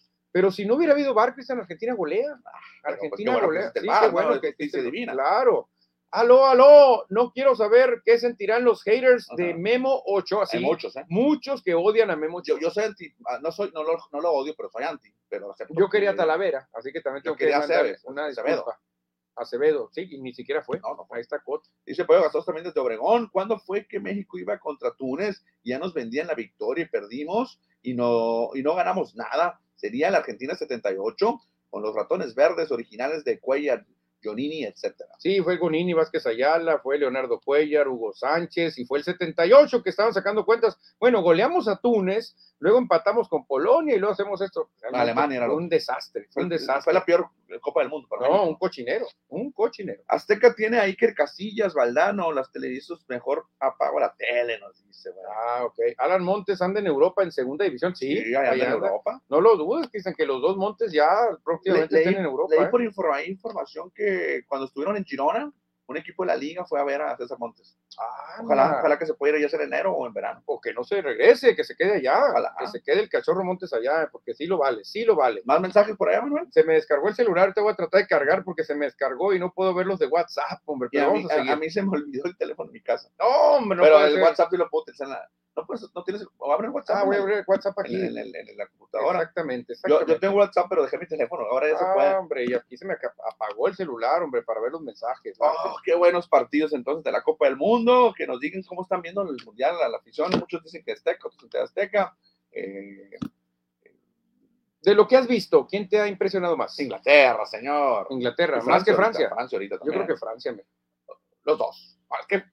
Speaker 1: si no hubiera habido VAR, Cristian, Argentina golea.
Speaker 2: pero, pues, qué
Speaker 1: Argentina
Speaker 2: bueno que
Speaker 1: golea.
Speaker 2: existe el
Speaker 1: Sí,
Speaker 2: VAR,
Speaker 1: qué
Speaker 2: ¿no?
Speaker 1: bueno
Speaker 2: Es
Speaker 1: que
Speaker 2: justicia
Speaker 1: existe el-
Speaker 2: divina.
Speaker 1: Claro. Aló, aló, no quiero saber qué sentirán los haters de
Speaker 2: Ajá.
Speaker 1: Memo Ochoa. Sí,
Speaker 2: Hay muchos, ¿eh?
Speaker 1: muchos que odian a Memo
Speaker 2: Yo,
Speaker 1: Ochoa. Yo,
Speaker 2: yo soy anti, ah, no, soy, no, lo, no lo odio, pero soy anti. Pero acepto que-
Speaker 1: quería a Talavera, así que también
Speaker 2: Yo
Speaker 1: tengo que
Speaker 2: quería a
Speaker 1: mandar
Speaker 2: Aceves,
Speaker 1: una
Speaker 2: Acevedo.
Speaker 1: disculpa. Acevedo, sí, y ni siquiera fue.
Speaker 2: No, no.
Speaker 1: Ahí está Cota.
Speaker 2: Dice Pedro Gastos también desde Obregón. ¿Cuándo fue que México iba contra Túnez? Ya nos vendían la victoria y perdimos y no, y no ganamos nada. Sería la Argentina 78 con los ratones verdes originales de Cuellar, Jonini, etcétera.
Speaker 1: Sí, fue Gonini Vázquez Ayala, fue Leonardo Cuellar, Hugo Sánchez y fue el 78 que estaban sacando cuentas. Bueno, goleamos a Túnez, luego empatamos con Polonia y luego hacemos esto. Realmente
Speaker 2: Alemania era
Speaker 1: fue
Speaker 2: lo-
Speaker 1: un desastre, fue un desastre.
Speaker 2: Fue la peor eh, Copa del Mundo para
Speaker 1: No,
Speaker 2: México.
Speaker 1: un cochinero, un cochinero.
Speaker 2: Azteca tiene a Iker Casillas, Valdano, las televisos, mejor apago la tele, nos dice. ¿verdad?
Speaker 1: Ah, ok. Alan Montes anda en Europa en segunda división, sí.
Speaker 2: Sí, allá
Speaker 1: ahí
Speaker 2: en
Speaker 1: anda.
Speaker 2: Europa.
Speaker 1: No lo dudes, que dicen que los dos Montes ya próximamente
Speaker 2: Le- leí-
Speaker 1: están en Europa.
Speaker 2: Leí
Speaker 1: ¿eh?
Speaker 2: por informa- información que cuando estuvieron en Girona, un equipo de la liga fue a ver a César Montes.
Speaker 1: Ah,
Speaker 2: Ojalá,
Speaker 1: anda.
Speaker 2: ojalá que se pueda ir ya sea en enero o en verano.
Speaker 1: O que no se regrese, que se quede allá,
Speaker 2: Ojalá.
Speaker 1: que se quede el cachorro Montes allá, porque sí lo vale, sí lo vale.
Speaker 2: ¿Más mensajes por allá, Manuel?
Speaker 1: Se me descargó el celular, te voy a tratar de cargar porque se me descargó y no puedo ver los de WhatsApp, hombre.
Speaker 2: Y
Speaker 1: Pero
Speaker 2: a,
Speaker 1: Pues
Speaker 2: mí,
Speaker 1: vamos a
Speaker 2: a-
Speaker 1: seguir.
Speaker 2: a mí se me olvidó el teléfono en mi casa.
Speaker 1: No, hombre, no
Speaker 2: Pero
Speaker 1: puede
Speaker 2: el
Speaker 1: ser.
Speaker 2: WhatsApp yo lo puedo utilizar. en la- no, pues, no tienes. o abre el WhatsApp.
Speaker 1: Ah, voy a
Speaker 2: en el-
Speaker 1: abrir el WhatsApp aquí.
Speaker 2: En, el- en el- en la computadora.
Speaker 1: exactamente,
Speaker 2: Yo,
Speaker 1: exactamente.
Speaker 2: yo tengo WhatsApp, pero dejé mi teléfono. Ahora ya se
Speaker 1: Ah,
Speaker 2: puede.
Speaker 1: hombre, y aquí se me aca- apagó el celular, hombre, para ver los mensajes.
Speaker 2: Oh, qué buenos partidos entonces de la Copa del Mundo. Que nos digan cómo están viendo el Mundial a la afición. Muchos dicen que Azteca, otros que Azteca. Eh,
Speaker 1: De lo que has visto, ¿quién te ha impresionado más?
Speaker 2: Inglaterra, señor.
Speaker 1: Inglaterra,
Speaker 2: Y
Speaker 1: más que
Speaker 2: Pues ahorita,
Speaker 1: Francia.
Speaker 2: Francia ahorita
Speaker 1: Yo
Speaker 2: también.
Speaker 1: creo que Francia. me-
Speaker 2: los dos. Ah, Es que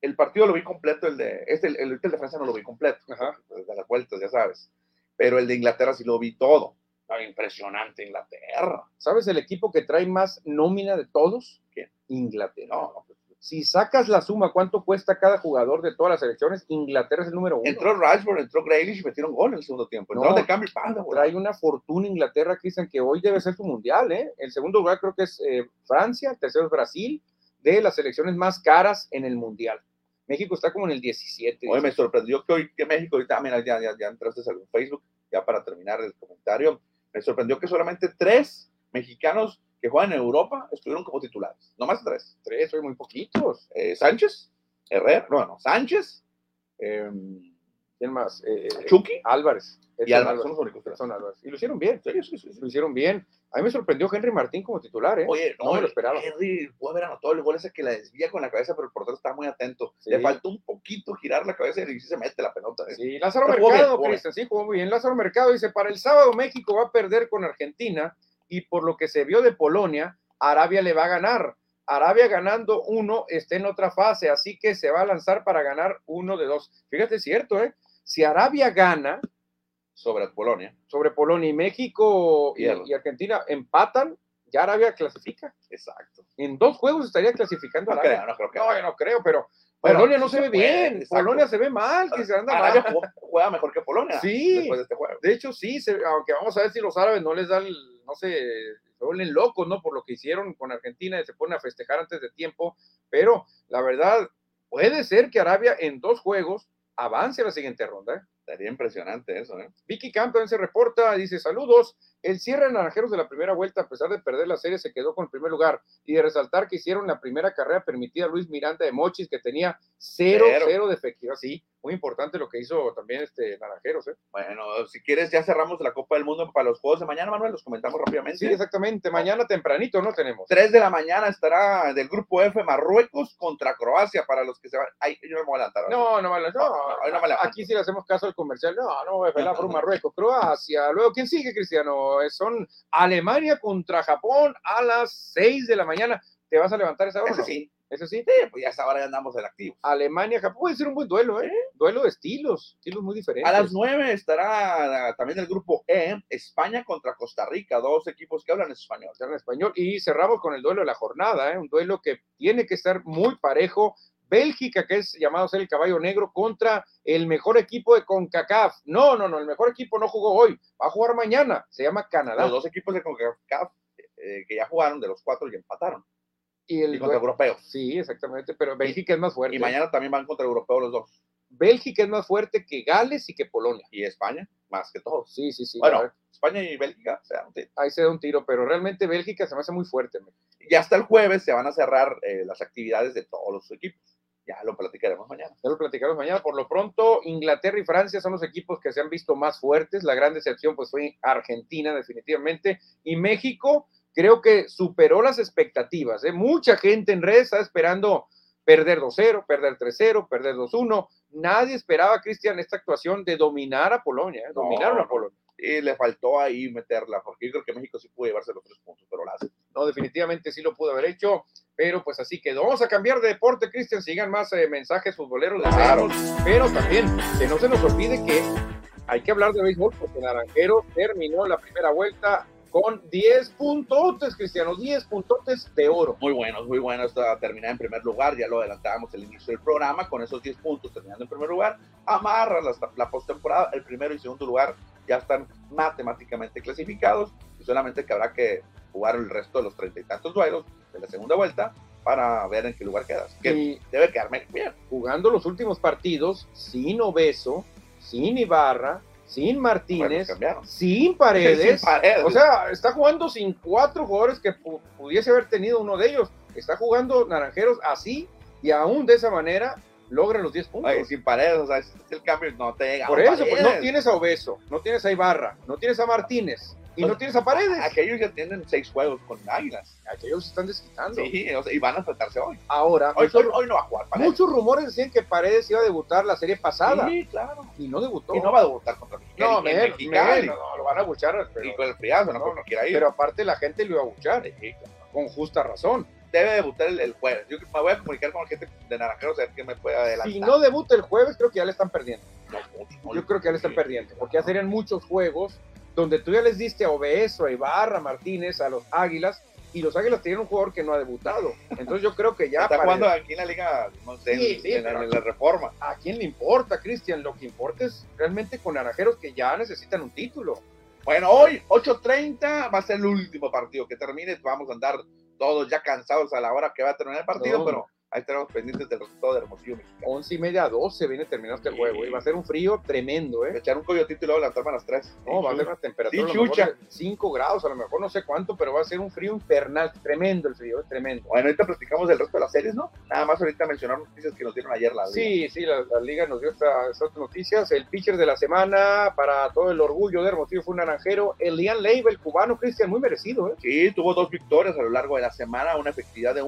Speaker 2: el partido lo vi completo, el de, este, el, el, el de Francia no lo vi completo,
Speaker 1: Ajá.
Speaker 2: desde las vueltas, ya sabes. Pero el de Inglaterra sí lo vi todo. Estaba impresionante Inglaterra.
Speaker 1: ¿Sabes el equipo que trae más nómina de todos?
Speaker 2: ¿Quién?
Speaker 1: Inglaterra.
Speaker 2: No, no, pues,
Speaker 1: Si sacas la suma, ¿cuánto cuesta cada jugador de todas las selecciones? Inglaterra es el número uno.
Speaker 2: entró Rashford, entró Grealish y metieron gol en el segundo tiempo.
Speaker 1: No,
Speaker 2: Entraron de cambio y ¡pam! de volar.
Speaker 1: Trae una fortuna Inglaterra, Cristian, que hoy debe ser su mundial, ¿eh? El segundo lugar creo que es eh, Francia, el tercero es Brasil, de las selecciones más caras en el mundial. México está como en el 17.
Speaker 2: Oye, me sorprendió que hoy que México, ahorita, ah, mira, ya, ya, ya entraste en Facebook, ya para terminar el comentario, me sorprendió que solamente tres mexicanos que juegan en Europa estuvieron como titulares, nomás tres.
Speaker 1: 3, soy muy poquitos.
Speaker 2: Eh, Sánchez, Herrera, no, no, Sánchez, eh,
Speaker 1: ¿Quién más? Eh, eh,
Speaker 2: Chucky
Speaker 1: Este Álvarez.
Speaker 2: y
Speaker 1: Edson
Speaker 2: Álvarez, son los únicos tres.
Speaker 1: Edson Álvarez. Y lo hicieron bien,
Speaker 2: Sí, sí, sí, sí.
Speaker 1: lo hicieron bien. A mí me sorprendió Henry Martín como titular, ¿eh?
Speaker 2: Oye,
Speaker 1: No
Speaker 2: no,
Speaker 1: me lo esperaba.
Speaker 2: Henry puede haber anotado el gol ese que la desvía con la cabeza, pero el portero está muy atento.
Speaker 1: Sí.
Speaker 2: Le falta un poquito girar la cabeza y sí se mete la pelota. ¿eh?
Speaker 1: Sí, Lázaro
Speaker 2: Pero jugó bien,
Speaker 1: Mercado,
Speaker 2: jugó bien.
Speaker 1: Cristian, sí, jugó muy bien. Lázaro Mercado dice, para el sábado México va a perder con Argentina y por lo que se vio de Polonia, Arabia le va a ganar. Arabia ganando uno está en otra fase, así que se va a lanzar para ganar uno de dos. Fíjate, es cierto, ¿eh? Si Arabia gana
Speaker 2: Sobre Polonia.
Speaker 1: sobre Polonia y México y,
Speaker 2: Pierde.
Speaker 1: y Argentina empatan, ya Arabia clasifica.
Speaker 2: Exacto.
Speaker 1: En dos juegos estaría clasificando
Speaker 2: No
Speaker 1: Arabia.
Speaker 2: creo, no creo que.
Speaker 1: No, yo no creo, pero
Speaker 2: Bueno,
Speaker 1: Polonia no
Speaker 2: sí
Speaker 1: se ve
Speaker 2: puede,
Speaker 1: bien.
Speaker 2: exacto.
Speaker 1: Polonia se ve mal, que se anda mal.
Speaker 2: Arabia jugó- juega mejor que Polonia.
Speaker 1: Sí.
Speaker 2: Después de este juego.
Speaker 1: De hecho, sí, se- aunque vamos a ver si los árabes no les dan, no sé, se vuelven locos, ¿no? Por lo que hicieron con Argentina y se ponen a festejar antes de tiempo. Pero la verdad, puede ser que Arabia en dos juegos avance a la siguiente ronda. ¿eh?
Speaker 2: Estaría impresionante eso, ¿eh?
Speaker 1: Vicky Camp también se reporta, dice saludos. El cierre de Naranjeros de la primera vuelta, a pesar de perder la serie, se quedó con el primer lugar. Y de resaltar que hicieron la primera carrera permitida a Luis Miranda de Mochis, que tenía 0-0
Speaker 2: Cero.
Speaker 1: de efectividad. Sí, muy importante lo que hizo también este Naranjeros. ¿eh?
Speaker 2: Bueno, si quieres, ya cerramos la Copa del Mundo para los juegos de mañana, Manuel. Los comentamos rápidamente.
Speaker 1: Sí, exactamente. Mañana tempranito no tenemos.
Speaker 2: 3 de la mañana estará del grupo F Marruecos contra Croacia para los que se van. Ay, yo no me voy a adelantar. ahora sí.
Speaker 1: No, no, me la- no,
Speaker 2: No, no, no me la
Speaker 1: aquí sí le hacemos caso al comercial. No, no voy a pelar por Marruecos, Croacia. Luego, ¿quién sigue, Cristiano? Eh, Son Alemania contra Japón a las 6 de la mañana. ¿Te vas a levantar esa hora? o
Speaker 2: Ese
Speaker 1: no?
Speaker 2: sí.
Speaker 1: Eso sí.
Speaker 2: Sí, pues ya hasta ahora ya andamos del activo.
Speaker 1: Alemania, Japón. Puede ser un buen duelo, ¿eh? Duelo de estilos, estilos muy diferentes.
Speaker 2: A las 9 estará ah, también el grupo E, España contra Costa Rica, dos equipos que hablan español.
Speaker 1: hablan español. Y cerramos con el duelo de la jornada, ¿eh? un duelo que tiene que estar muy parejo. Bélgica, que es llamado a ser el caballo negro, contra el mejor equipo de CONCACAF. No, no, no, el mejor equipo no jugó hoy, va a jugar mañana. Se llama Canadá.
Speaker 2: Los dos equipos de CONCACAF eh, que ya jugaron de los cuatro y empataron.
Speaker 1: Y el
Speaker 2: Y contra
Speaker 1: due-
Speaker 2: europeos.
Speaker 1: Sí, exactamente, pero Bélgica es más fuerte.
Speaker 2: Y mañana también van contra europeos los dos.
Speaker 1: Bélgica es más fuerte que Gales y que Polonia.
Speaker 2: Y España, más que todos.
Speaker 1: Sí, sí, sí. la
Speaker 2: Bueno.
Speaker 1: verdad,
Speaker 2: España y Bélgica. o sea, sí.
Speaker 1: ahí se da un tiro, pero realmente Bélgica se me hace muy fuerte. me-
Speaker 2: Y hasta el jueves se van a cerrar eh, las actividades de todos los equipos. Ya lo platicaremos mañana.
Speaker 1: Ya lo platicaremos mañana. Por lo pronto, Inglaterra y Francia son los equipos que se han visto más fuertes. La gran decepción pues fue Argentina, definitivamente. Y México creo que superó las expectativas. ¿eh? Mucha gente en redes está esperando perder 2-0, perder 3-0, perder 2-1. Nadie esperaba, Cristian, esta actuación de dominar a Polonia. ¿eh?
Speaker 2: No,
Speaker 1: Dominaron a
Speaker 2: no.
Speaker 1: Polonia.
Speaker 2: Y eh, le faltó ahí meterla, porque yo creo que México sí pudo llevarse los tres puntos, pero la hace.
Speaker 1: No, definitivamente sí lo pudo haber hecho, pero pues así quedó. Vamos a cambiar de deporte, Cristian. Sigan más eh, mensajes futboleros,
Speaker 2: Claro.
Speaker 1: deseados, pero también que no se nos olvide que hay que hablar de béisbol porque Naranjero terminó la primera vuelta con 10 puntotes, Cristiano, 10 puntotes de oro.
Speaker 2: Muy buenos, muy buenos. ah, Terminar en primer lugar, ya lo adelantábamos al inicio del programa, con esos 10 puntos terminando en primer lugar, amarras hasta la postemporada. El primero y segundo lugar ya están matemáticamente clasificados y solamente que habrá que jugar el resto de los treinta y tantos duelos de la segunda vuelta para ver en qué lugar quedas. Que
Speaker 1: Y
Speaker 2: debe quedarme bien.
Speaker 1: jugando los últimos partidos sin Obeso, sin Ibarra, sin
Speaker 2: Bueno,
Speaker 1: Martínez,
Speaker 2: cambiaron.
Speaker 1: sin Paredes.
Speaker 2: Sin paredes.
Speaker 1: O sea, está jugando sin cuatro jugadores que pu- pudiese haber tenido uno de ellos. Está jugando Naranjeros así y aún de esa manera logran los 10 puntos.
Speaker 2: Oye, sin paredes, o sea, es el cambio, no te llega.
Speaker 1: Por
Speaker 2: a
Speaker 1: eso, pues, no
Speaker 2: Paredes.
Speaker 1: tienes a Obeso, no tienes a Ibarra, no tienes a Martínez y no
Speaker 2: Pues,
Speaker 1: tienes a Paredes.
Speaker 2: Aquellos ya tienen seis juegos con Águilas.
Speaker 1: Aquellos se están desquitando.
Speaker 2: Sí, o sea, y van a enfrentarse hoy.
Speaker 1: Ahora,
Speaker 2: Hoy,
Speaker 1: muchos,
Speaker 2: hoy- hoy no va a jugar. Paredes.
Speaker 1: muchos rumores decían que Paredes iba a debutar la serie pasada
Speaker 2: Sí, claro.
Speaker 1: y no debutó.
Speaker 2: Y no va a debutar contra Mexicali.
Speaker 1: no,
Speaker 2: en
Speaker 1: me- me-
Speaker 2: Mexicali.
Speaker 1: no, no, lo van a buchar, pero,
Speaker 2: Y con el friazo, no,
Speaker 1: No,
Speaker 2: porque no quiera ir.
Speaker 1: pero aparte la gente lo iba a buchar
Speaker 2: Sí, claro.
Speaker 1: con justa razón.
Speaker 2: debe debutar el, el, jueves. Yo me voy a comunicar con la gente de Naranjeros a ver quién me puede adelantar.
Speaker 1: Si no debuta el jueves, creo que ya le están perdiendo.
Speaker 2: No, mucho, no,
Speaker 1: Yo creo que ya le están perdiendo, porque ya serían muchos juegos donde tú ya les diste a Obeso, a Ibarra, a Martínez, a los Águilas, y los Águilas tienen un jugador que no ha debutado. Entonces yo creo que ya...
Speaker 2: Está
Speaker 1: para-
Speaker 2: jugando aquí en la liga, no sé, en-
Speaker 1: Sí, sí,
Speaker 2: en,
Speaker 1: pero-
Speaker 2: en la reforma.
Speaker 1: ¿A quién le importa, Cristian? Lo que importa es realmente con naranjeros que ya necesitan un título.
Speaker 2: Bueno, hoy 8.30 va a ser el último partido que termine. Vamos a andar todos ya cansados a la hora que va a terminar el partido,
Speaker 1: No.
Speaker 2: pero ahí estaremos pendientes del resultado de Hermosillo Mexicano.
Speaker 1: Once y media a 12 viene terminando este
Speaker 2: Sí.
Speaker 1: juego y va a ser un frío tremendo, ¿eh?
Speaker 2: Echar un coyotito y luego levantarme a las 3.
Speaker 1: No, va a ser una temperatura
Speaker 2: Sí,
Speaker 1: a lo mejor,
Speaker 2: chucha.
Speaker 1: de 5 grados, a lo mejor no sé cuánto, pero va a ser un frío infernal, tremendo el frío, es tremendo.
Speaker 2: Bueno, ahorita platicamos del resto de las series, ¿no? Nada más ahorita mencionar noticias que nos dieron ayer la liga.
Speaker 1: Sí, sí, la, la liga nos dio esta- estas noticias. El pitcher de la semana, para todo el orgullo de Hermosillo, fue un naranjero. Elian Leiva, el cubano, Cristian, muy merecido, ¿eh?
Speaker 2: Sí, tuvo dos victorias a lo largo de la semana, una efectividad de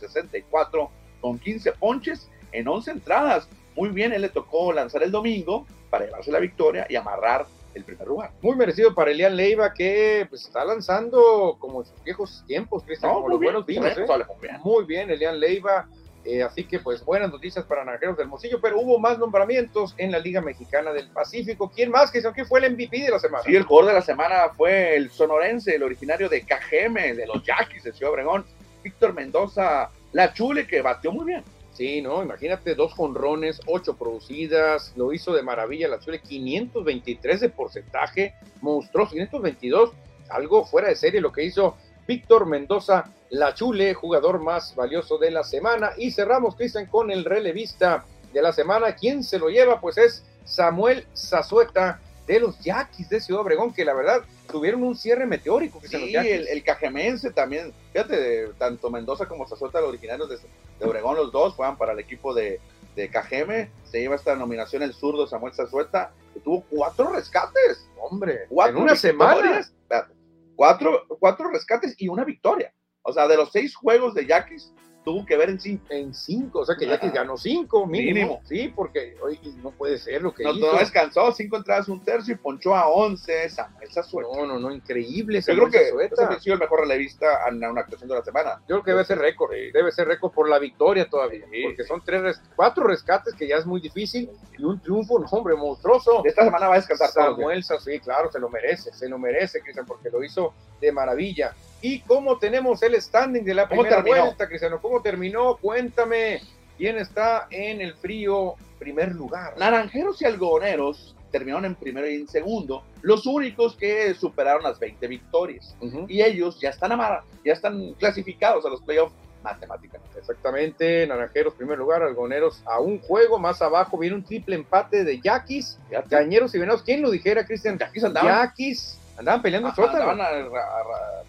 Speaker 2: 1.64 con 15 ponches en 11 entradas. Muy bien, él le tocó lanzar el domingo para llevarse la victoria y amarrar el primer lugar.
Speaker 1: Muy merecido para Elian Leiva, que pues, está lanzando como en sus viejos tiempos, Cristian, como los buenos
Speaker 2: bien,
Speaker 1: vinos, ¿eh?
Speaker 2: correcto, le fue bien.
Speaker 1: Muy bien, Elian Leiva. Eh, así que, pues, buenas noticias para Naranjeros del Hermosillo, pero hubo más nombramientos en la Liga Mexicana del Pacífico. ¿Quién más? Cristian? ¿Quién fue el MVP de la semana?
Speaker 2: Sí, el jugador de la semana fue el sonorense, el originario de KGM, de los Yaquis de Ciudad Obregón, Víctor Mendoza, la chule que batió muy bien.
Speaker 1: Sí, no, imagínate, dos jonrones, ocho producidas, lo hizo de maravilla la Chule, 523 de porcentaje, monstruoso, 522, algo fuera de serie lo que hizo Víctor Mendoza, la Chule, jugador más valioso de la semana. Y cerramos, Cristian, con el relevista de la semana. ¿Quién se lo lleva? Pues es Samuel Zazueta de los Yaquis de Ciudad Obregón, que la verdad tuvieron un cierre meteórico. Cristian, los
Speaker 2: Sí,
Speaker 1: Yaquis.
Speaker 2: el, el cajemense también. Fíjate, de- tanto Mendoza como Sazota, los originarios de, de Obregón, los dos juegan para el equipo de, de KGM. Se lleva esta nominación el zurdo Samuel Sazueta, que tuvo cuatro rescates.
Speaker 1: Hombre,
Speaker 2: Cuatro
Speaker 1: en una semana.
Speaker 2: victorias. Espérate, Cuatro, cuatro rescates y una victoria. O sea, de los seis juegos de Yaquis, tuvo que ver en cinco.
Speaker 1: en cinco, o sea que
Speaker 2: Ah.
Speaker 1: Yaquis ganó cinco mínimo,
Speaker 2: Mínimo.
Speaker 1: sí, porque oye, no puede ser lo que
Speaker 2: No,
Speaker 1: hizo.
Speaker 2: no descansó, cinco entradas, un tercio y ponchó a once Samuel Sazueta.
Speaker 1: No, no, no, increíble.
Speaker 2: Yo
Speaker 1: Samuel
Speaker 2: creo que
Speaker 1: Zazueta.
Speaker 2: ese ha sido el mejor relevista en una actuación de la semana.
Speaker 1: Yo creo que debe ser récord, debe ser récord por la victoria todavía,
Speaker 2: Sí,
Speaker 1: porque
Speaker 2: sí.
Speaker 1: son tres, res- cuatro rescates que ya es muy difícil y un triunfo, no, hombre, monstruoso.
Speaker 2: Esta semana va a descansar todos los días.
Speaker 1: Samuel Saz- sí, claro, se lo merece, se lo merece, Cristian, porque lo hizo de maravilla. ¿Y cómo tenemos el standing de la
Speaker 2: ¿Cómo
Speaker 1: primera
Speaker 2: terminó?
Speaker 1: vuelta, Cristiano? ¿Cómo terminó? Cuéntame, ¿quién está en el frío primer lugar?
Speaker 2: Naranjeros y Algodoneros terminaron en primero y en segundo, los únicos que superaron las 20 victorias.
Speaker 1: Ujú.
Speaker 2: Y ellos ya están amar- ya están clasificados a los playoffs matemáticamente.
Speaker 1: Exactamente, Naranjeros primer lugar, Algoneros a un juego, más abajo viene un triple empate de Yaquis,
Speaker 2: Ya te-
Speaker 1: Cañeros y Venados, ¿quién lo dijera, Cristian?
Speaker 2: ya aquí andaban,
Speaker 1: Yaquis, andaban peleando el
Speaker 2: ajá,
Speaker 1: sótano,
Speaker 2: andaban a- a- a-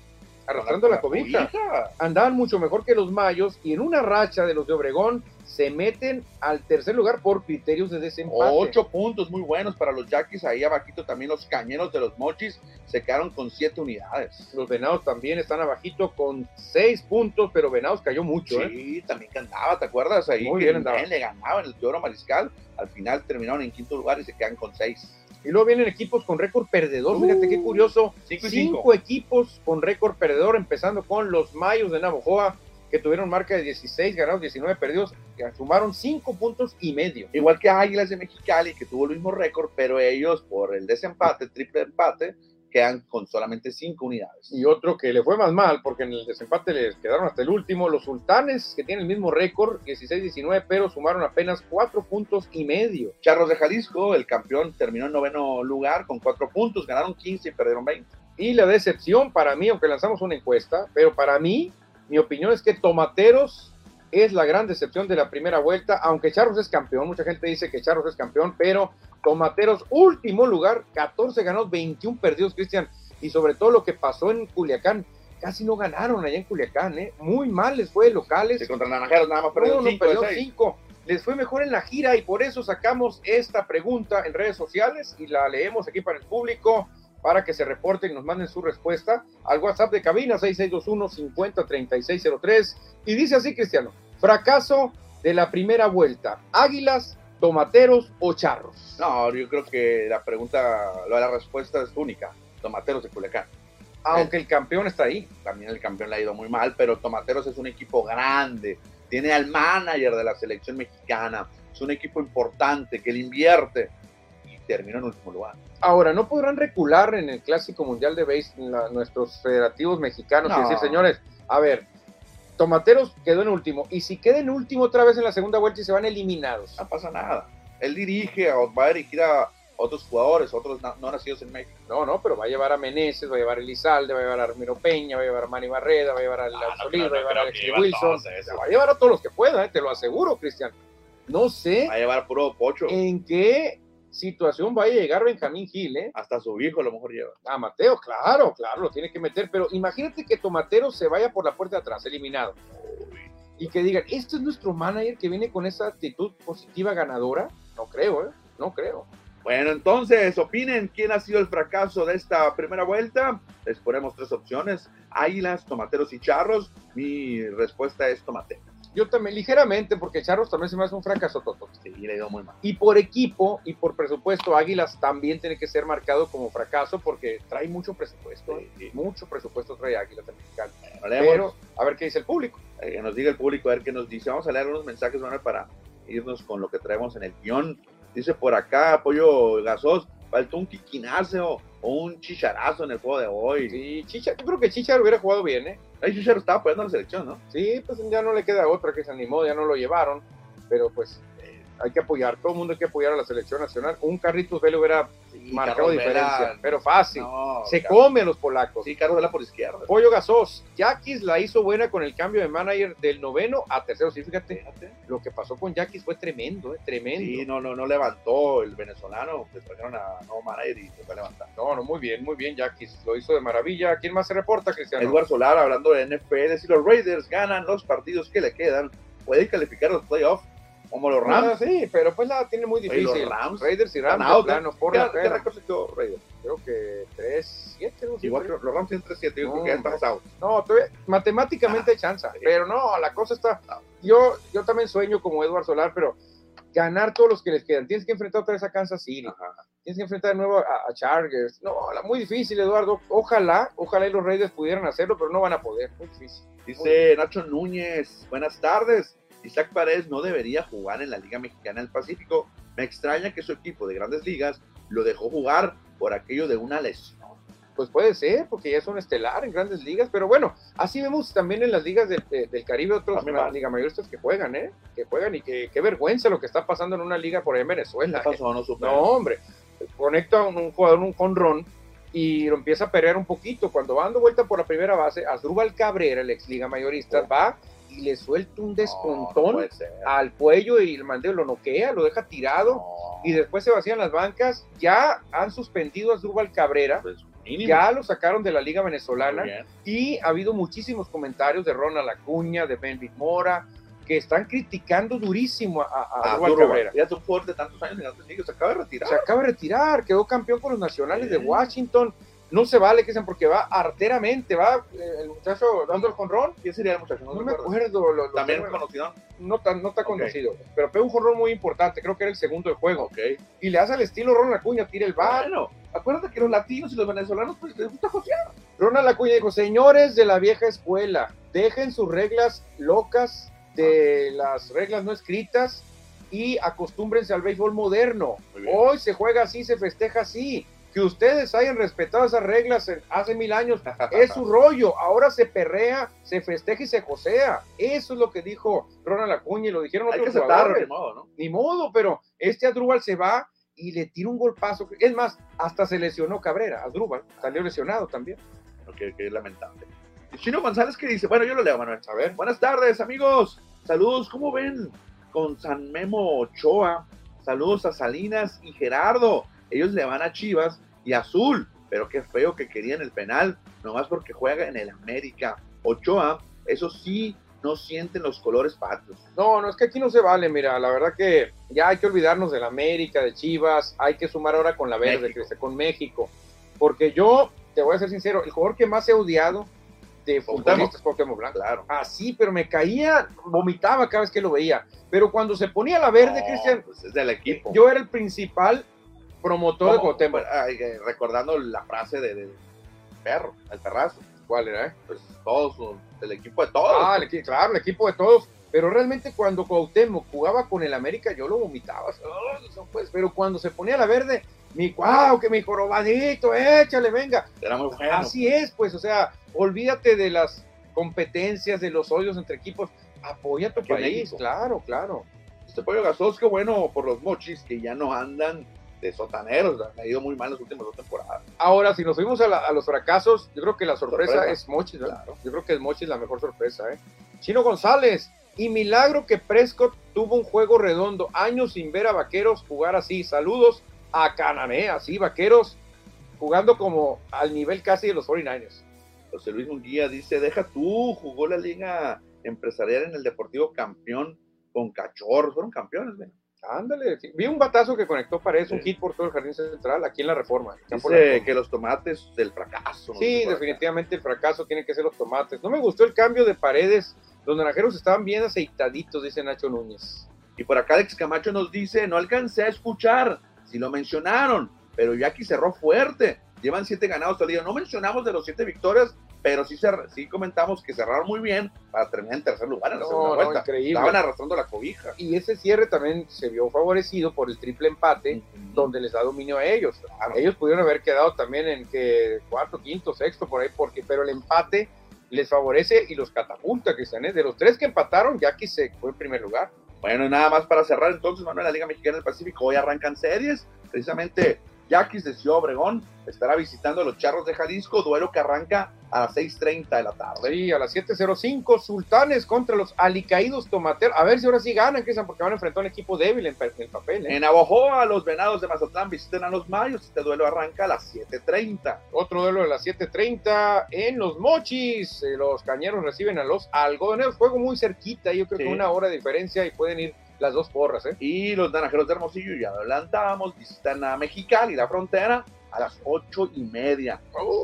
Speaker 1: arrastrando la, cobija, andaban mucho mejor que los Mayos y en una racha de los de Obregón se meten al tercer lugar por criterios de desempate.
Speaker 2: Ocho puntos muy buenos para los Yaquis. Ahí abajito también los cañeros de los Mochis se quedaron con siete unidades.
Speaker 1: Los Venados también están abajito con seis puntos, pero Venados cayó mucho, ¿eh?
Speaker 2: Sí, también que andaba, ¿te acuerdas? Ahí
Speaker 1: Muy
Speaker 2: que
Speaker 1: bien andaba.
Speaker 2: le ganaban el Teodoro Mariscal. Al final terminaron en quinto lugar y se quedan con seis.
Speaker 1: Y luego vienen equipos con récord perdedor, fíjate qué
Speaker 2: Uh,
Speaker 1: curioso, cinco,
Speaker 2: Cinco y cinco.
Speaker 1: equipos con récord perdedor, empezando con los Mayos de Navojoa, que tuvieron marca de 16 ganados, 19 perdidos, que sumaron 5 puntos y medio.
Speaker 2: Igual que Águilas de Mexicali, que tuvo el mismo récord, pero ellos por el desempate, triple empate, quedan con solamente cinco unidades.
Speaker 1: Y otro que le fue más mal, porque en el desempate les quedaron hasta el último, los Sultanes, que tienen el mismo récord, 16-19, pero sumaron apenas 4 puntos y medio.
Speaker 2: Charros de Jalisco, el campeón, terminó en noveno lugar con cuatro puntos, ganaron 15 y perdieron 20.
Speaker 1: Y la decepción para mí, aunque lanzamos una encuesta, pero para mí, mi opinión es que Tomateros es la gran decepción de la primera vuelta, aunque Charros es campeón, mucha gente dice que Charros es campeón, pero Tomateros, último lugar, 14 ganados, 21 perdidos, Cristian, y sobre todo lo que pasó en Culiacán, casi no ganaron allá en Culiacán, ¿eh? muy mal les fue de locales,
Speaker 2: Sí, contra Naranjeros nada más
Speaker 1: no,
Speaker 2: perdieron
Speaker 1: no,
Speaker 2: cinco de
Speaker 1: perdió
Speaker 2: seis.
Speaker 1: cinco. Les fue mejor en la gira y por eso sacamos esta pregunta en redes sociales y la leemos aquí para el público para que se reporten y nos manden su respuesta al WhatsApp de cabina 6621-503603. Y dice así, Cristiano, fracaso de la primera vuelta, águilas, tomateros o charros.
Speaker 2: No, yo creo que la pregunta, lo de la respuesta es única. Tomateros de Culiacán.
Speaker 1: aunque el campeón está ahí.
Speaker 2: También el campeón le ha ido muy mal, pero Tomateros es un equipo grande. Tiene al manager de la selección mexicana. Es un equipo importante que le invierte y termina en último lugar.
Speaker 1: Ahora, ¿no podrán recular en el Clásico Mundial de Base la- nuestros federativos mexicanos y
Speaker 2: No.
Speaker 1: decir, señores, a ver, Tomateros quedó en último, y si queda en último otra vez en la segunda vuelta y se van eliminados?
Speaker 2: No pasa nada. Él dirige, o va a dirigir a otros jugadores, otros na- no nacidos en México.
Speaker 1: No, no, pero va a llevar a Meneses, va a llevar a Elizalde, va a llevar a Armiro Peña, va a llevar a Manny Barreda, va a llevar a Lalo Solís, va a llevar a Alexis Wilson, Se va a llevar a todos eh. los que pueda, eh, te lo aseguro, Cristian. No sé
Speaker 2: Va a llevar puro pocho.
Speaker 1: en qué situación va a llegar Benjamín Gil, ¿eh?
Speaker 2: Hasta su hijo a lo mejor lleva.
Speaker 1: A Mateo, claro, claro, lo tiene que meter, pero imagínate que Tomatero se vaya por la puerta de atrás, eliminado. Y que digan, este es nuestro manager que viene con esa actitud positiva ganadora. No creo, ¿eh? No creo.
Speaker 2: Bueno, entonces, opinen quién ha sido el fracaso de esta primera vuelta. Les ponemos tres opciones: águilas, tomateros y charros. Mi respuesta es tomate.
Speaker 1: Yo también, ligeramente, porque Charros también se me hace un fracaso totote.
Speaker 2: Sí, le ha ido muy mal.
Speaker 1: Y por equipo y por presupuesto, Águilas también tiene que ser marcado como fracaso porque trae mucho presupuesto. ¿eh?
Speaker 2: Sí.
Speaker 1: Mucho presupuesto trae Águilas del Mexicano.
Speaker 2: Bueno, leemos,
Speaker 1: Pero a ver qué dice el público.
Speaker 2: eh, que nos diga el público, a ver qué nos dice. Vamos a leer unos mensajes Manuel, para irnos con lo que traemos en el guión. Dice por acá, apoyo gasos, faltó un quiquinazo o un chicharazo en el juego de hoy.
Speaker 1: Sí, Chicha, yo creo que Chicha hubiera jugado bien, ¿eh?
Speaker 2: El chicharo estaba apoyando a la selección, ¿no?
Speaker 1: Sí, pues ya no le queda otra que se animó, ya no lo llevaron. Pero pues eh, hay que apoyar, todo el mundo hay que apoyar a la selección nacional. Un Carlitos Vela hubiera marcado
Speaker 2: Carlos Vela,
Speaker 1: diferencia, pero fácil.
Speaker 2: no,
Speaker 1: se
Speaker 2: Carlos-
Speaker 1: come a los polacos.
Speaker 2: Sí, Carlos Vela por izquierda.
Speaker 1: Pollo Gasos, Yaquis la hizo buena con el cambio de manager del noveno a tercero. Sí, fíjate,
Speaker 2: Fíjate.
Speaker 1: lo que pasó con Yaquis fue tremendo, eh, tremendo.
Speaker 2: Sí, no, no, no levantó el venezolano, le trajeron a no manager y se fue a levantar.
Speaker 1: No, no, muy bien, muy bien, Yaquis. Lo hizo de maravilla. ¿Quién más se reporta, Cristiano?
Speaker 2: Edward Solar hablando de NFL, si los Raiders ganan los partidos que le quedan, pueden calificar los playoffs como los
Speaker 1: Ah,
Speaker 2: Rams.
Speaker 1: sí, pero pues la tiene muy
Speaker 2: Oye, los
Speaker 1: difícil.
Speaker 2: Rams
Speaker 1: Raiders y
Speaker 2: están
Speaker 1: Rams, de
Speaker 2: out, ¿eh?
Speaker 1: plano, por
Speaker 2: ¿Qué,
Speaker 1: la
Speaker 2: qué
Speaker 1: pena.
Speaker 2: récord se quedó Raiders?
Speaker 1: Creo que 3-7. No, sé,
Speaker 2: Igual que
Speaker 1: tres.
Speaker 2: los Rams tienen 3-7, yo
Speaker 1: No,
Speaker 2: creo que ya están
Speaker 1: hombre.
Speaker 2: out.
Speaker 1: No, todavía- matemáticamente hay chance,
Speaker 2: sí.
Speaker 1: pero no, la cosa está...
Speaker 2: No.
Speaker 1: Yo, yo también sueño como Edward Solar, pero ganar todos los que les quedan. Tienes que enfrentar otra vez a Kansas City,
Speaker 2: Ajá.
Speaker 1: tienes que enfrentar de nuevo a, a Chargers. No, la- muy difícil, Eduardo. Ojalá, ojalá y los Raiders pudieran hacerlo, pero no van a poder. Muy difícil.
Speaker 2: Dice Nacho Núñez, buenas tardes. Isaac Paredes no debería jugar en la Liga Mexicana del Pacífico. Me extraña que su equipo de grandes ligas lo dejó jugar por aquello de una lesión.
Speaker 1: Pues puede ser, porque ya es un estelar en grandes ligas, pero bueno, así vemos también en las ligas del- de- del Caribe otros
Speaker 2: También
Speaker 1: ma-
Speaker 2: van.
Speaker 1: liga mayoristas que juegan, ¿eh? Que juegan y que qué vergüenza lo que está pasando en una liga por ahí en Venezuela.
Speaker 2: ¿Qué
Speaker 1: ¿eh?
Speaker 2: pasó? No supe.
Speaker 1: No, hombre, conecta a un, un jugador un jonrón y lo empieza a perrear un poquito. Cuando va dando vuelta por la primera base, Asdrúbal Cabrera, el ex liga mayorista,
Speaker 2: Oh.
Speaker 1: va y le suelta un
Speaker 2: No, no
Speaker 1: descontón
Speaker 2: puede ser.
Speaker 1: al cuello y el mandeo lo noquea, lo deja tirado
Speaker 2: No.
Speaker 1: y después se vacían las bancas. Ya han suspendido a Asdrúbal Cabrera,
Speaker 2: Pues, mínimo.
Speaker 1: ya lo sacaron de la liga
Speaker 2: Muy
Speaker 1: venezolana
Speaker 2: bien.
Speaker 1: y ha habido muchísimos comentarios de Ronald Acuña, de Benvit Mora, que están criticando durísimo a, a- a
Speaker 2: Ah,
Speaker 1: Asdrúbal
Speaker 2: Durban.
Speaker 1: Cabrera.
Speaker 2: Ya es un jugador de tantos años en grandes ligas, se acaba de retirar.
Speaker 1: se acaba de retirar, quedó campeón con los nacionales de
Speaker 2: Sí.
Speaker 1: Washington. No se vale que sean porque va arteramente, va eh, el muchacho dando el jonrón.
Speaker 2: ¿Quién sería el muchacho? No
Speaker 1: No me
Speaker 2: recuerdo.
Speaker 1: acuerdo, lo- lo
Speaker 2: También
Speaker 1: tengo-
Speaker 2: conocido.
Speaker 1: no tan no está
Speaker 2: Ok.
Speaker 1: conocido, pero pegó un jonrón muy importante, creo que era el segundo del juego.
Speaker 2: Ok.
Speaker 1: Y le hace al estilo Ronald Acuña, tira el bar.
Speaker 2: Bueno, acuérdate que los latinos y los venezolanos pues, les gusta josear.
Speaker 1: Ronald Acuña dijo, señores de la vieja escuela, dejen sus reglas locas de
Speaker 2: Ah.
Speaker 1: las reglas no escritas y acostúmbrense al béisbol moderno.
Speaker 2: Muy bien.
Speaker 1: Hoy se juega así, se festeja así. Que ustedes hayan respetado esas reglas en- hace mil años es su rollo. Ahora se perrea, se festeja y se josea. Eso es lo que dijo Ronald Acuña y lo dijeron
Speaker 2: Hay que
Speaker 1: otros
Speaker 2: aceptarlo, ni
Speaker 1: jugadores.
Speaker 2: modo, ¿no?
Speaker 1: Ni modo, pero este Adrúbal se va y le tira un golpazo. Es más, hasta se lesionó Cabrera, Adrúbal. Salió lesionado también.
Speaker 2: Lo que, que es lamentable. Y Chino González que dice, bueno, yo lo leo, Manuel.
Speaker 1: A ver.
Speaker 2: Buenas tardes, amigos. Saludos, ¿cómo ven? Con San Memo Ochoa. Saludos a Salinas y Gerardo. Ellos le van a Chivas y Azul. Pero qué feo que querían el penal, nomás porque juega en el América. Ochoa, eso sí, no sienten los colores patrios.
Speaker 1: No, no, es que aquí no se vale, mira, la verdad que ya hay que olvidarnos de la América, de Chivas, hay que sumar ahora con la verde,
Speaker 2: México.
Speaker 1: Cristian, con México, porque yo, te voy a ser sincero, el jugador que más he odiado de
Speaker 2: Cuauhtémoc.
Speaker 1: futbolistas es Cuauhtémoc Blanco.
Speaker 2: Claro.
Speaker 1: Así, pero me caía, vomitaba cada vez que lo veía, pero cuando se ponía la verde,
Speaker 2: No,
Speaker 1: Cristian,
Speaker 2: pues es del equipo.
Speaker 1: yo era el principal promotor de
Speaker 2: Como-
Speaker 1: Cuauhtémoc.
Speaker 2: ay, eh, recordando la frase de, de- perro, al perrazo. ¿Cuál era? Eh? Pues todos, el equipo de todos.
Speaker 1: Ah, el equi- claro, el equipo de todos. Pero realmente cuando Cuauhtémoc jugaba con el América, yo lo vomitaba. "Oh, no, pues", pero cuando se ponía la verde, mi cuau, que mi jorobadito, échale, venga.
Speaker 2: Era muy bueno.
Speaker 1: Así es, pues, o sea, olvídate de las competencias, de los odios entre equipos. Apoya a tu
Speaker 2: Aquí en
Speaker 1: país,
Speaker 2: México.
Speaker 1: claro, claro.
Speaker 2: Este pollo gasos, qué bueno por los mochis que ya no andan de sotaneros. Han ido muy mal las últimas dos temporadas.
Speaker 1: Ahora, si nos fuimos a, la- a los fracasos, yo creo que la sorpresa,
Speaker 2: Sorpresa.
Speaker 1: es Mochis, ¿verdad? Yo creo que es Mochis la mejor sorpresa, ¿eh? Chino González, y milagro que Prescott tuvo un juego redondo, años sin ver a Vaqueros jugar así. Saludos a Canané, así, Vaqueros jugando como al nivel casi de los 49ers.
Speaker 2: José Luis Munguía dice, deja tú, jugó la liga empresarial en el Deportivo Campeón con Cachorros. Fueron campeones, güey.
Speaker 1: Ándale, sí. vi un batazo que conectó Paredes, un
Speaker 2: Sí.
Speaker 1: hit por todo el Jardín Central, aquí en la Reforma. Campo de la
Speaker 2: Dice
Speaker 1: Reforma.
Speaker 2: que los tomates del fracaso. ¿no?
Speaker 1: Sí,
Speaker 2: Dice por acá.
Speaker 1: definitivamente el fracaso tiene que ser los tomates. No me gustó el cambio de paredes. Los naranjeros estaban bien aceitaditos, dice Nacho Núñez.
Speaker 2: Y por acá Alex Camacho nos dice, no alcancé a escuchar si lo mencionaron, pero Jackie cerró fuerte. Llevan siete ganados al día. No mencionamos de los siete victorias, pero sí, cer- sí comentamos que cerraron muy bien para terminar en tercer lugar en la segunda
Speaker 1: No, no,
Speaker 2: vuelta.
Speaker 1: increíble.
Speaker 2: Estaban arrastrando la cobija.
Speaker 1: Y ese cierre también se vio favorecido por el triple empate, donde les da dominio a ellos. Ellos pudieron haber quedado también en que cuarto, quinto, sexto, por ahí, porque, pero el empate les favorece y los catapulta, Cristian. ¿eh? De los tres que empataron, Jackie se fue en primer lugar.
Speaker 2: Bueno, y nada más para cerrar entonces, Manuel, la Liga Mexicana del Pacífico. Hoy arrancan series. Precisamente, Yaquis de Ciudad Obregón estará visitando a los Charros de Jalisco, duelo que arranca a las 6.30 de la tarde.
Speaker 1: Sí, a las 7.05, Sultanes contra los alicaídos tomateros. A ver si ahora sí ganan, Cristian, porque van a enfrentar a un equipo débil en, pa- en el papel. ¿eh?
Speaker 2: En Abojoa, los Venados de Mazatlán visitan a los Mayos. Este duelo arranca a las 7.30.
Speaker 1: Otro duelo de las 7:30 en los Mochis. Eh, Los cañeros reciben a los algodoneros. Juego muy cerquita, yo creo
Speaker 2: Sí.
Speaker 1: que una hora de diferencia y pueden ir las dos porras. ¿eh?
Speaker 2: Y los Naranjeros de Hermosillo, ya lo adelantábamos, visitan a Mexicali, la frontera, a las 8.30.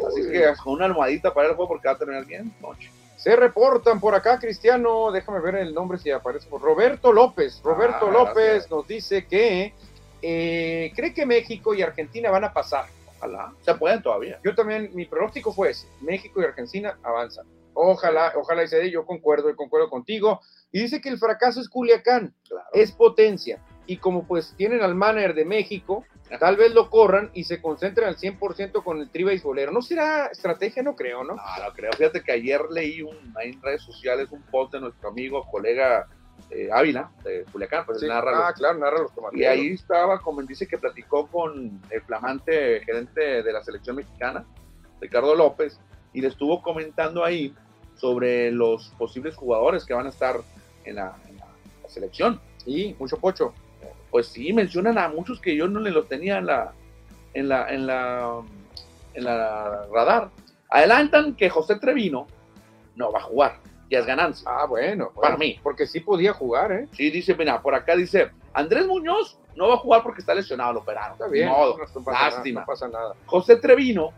Speaker 2: Así
Speaker 1: Uy.
Speaker 2: que con una almohadita para el juego porque va a terminar bien noche.
Speaker 1: se reportan por acá, Cristiano. Déjame ver el nombre si aparece. por- Roberto López. Roberto
Speaker 2: Ah,
Speaker 1: López
Speaker 2: gracias.
Speaker 1: nos dice que eh, cree que México y Argentina van a pasar.
Speaker 2: Ojalá. Se pueden todavía.
Speaker 1: Yo también, mi pronóstico fue ese, México y Argentina avanzan. Ojalá, ojalá y se dé, yo concuerdo, y concuerdo contigo. Y dice que el fracaso es Culiacán,
Speaker 2: Claro.
Speaker 1: es potencia. Y como pues tienen al manager de México, tal vez lo corran y se concentren al 100% con el tri beisbolero. ¿No será estrategia? No creo, ¿no?
Speaker 2: Ah, No, no creo. Fíjate que ayer leí un, ahí en redes sociales un post de nuestro amigo, colega eh, Ávila, de Culiacán, pues
Speaker 1: Sí.
Speaker 2: él narra los
Speaker 1: Ah, claro, narra los tomateros.
Speaker 2: Y ahí estaba, como dice que platicó con el flamante gerente de la selección mexicana, Ricardo López, y le estuvo comentando ahí sobre los posibles jugadores que van a estar en la, en la- la selección.
Speaker 1: Sí, mucho pocho.
Speaker 2: Pues sí, mencionan a muchos que yo no le los tenía en la, en la, en la, en la radar. Adelantan que José Trevino no va a jugar, ya es ganancia.
Speaker 1: Ah, bueno.
Speaker 2: Para
Speaker 1: bueno,
Speaker 2: mí.
Speaker 1: Porque sí podía jugar, ¿eh?
Speaker 2: Sí, dice, mira, por acá dice, Andrés Muñoz no va a jugar porque está lesionado, lo operaron.
Speaker 1: Está bien.
Speaker 2: Ni modo.
Speaker 1: no, no pasa nada,
Speaker 2: Lástima.
Speaker 1: no pasa nada.
Speaker 2: José Trevino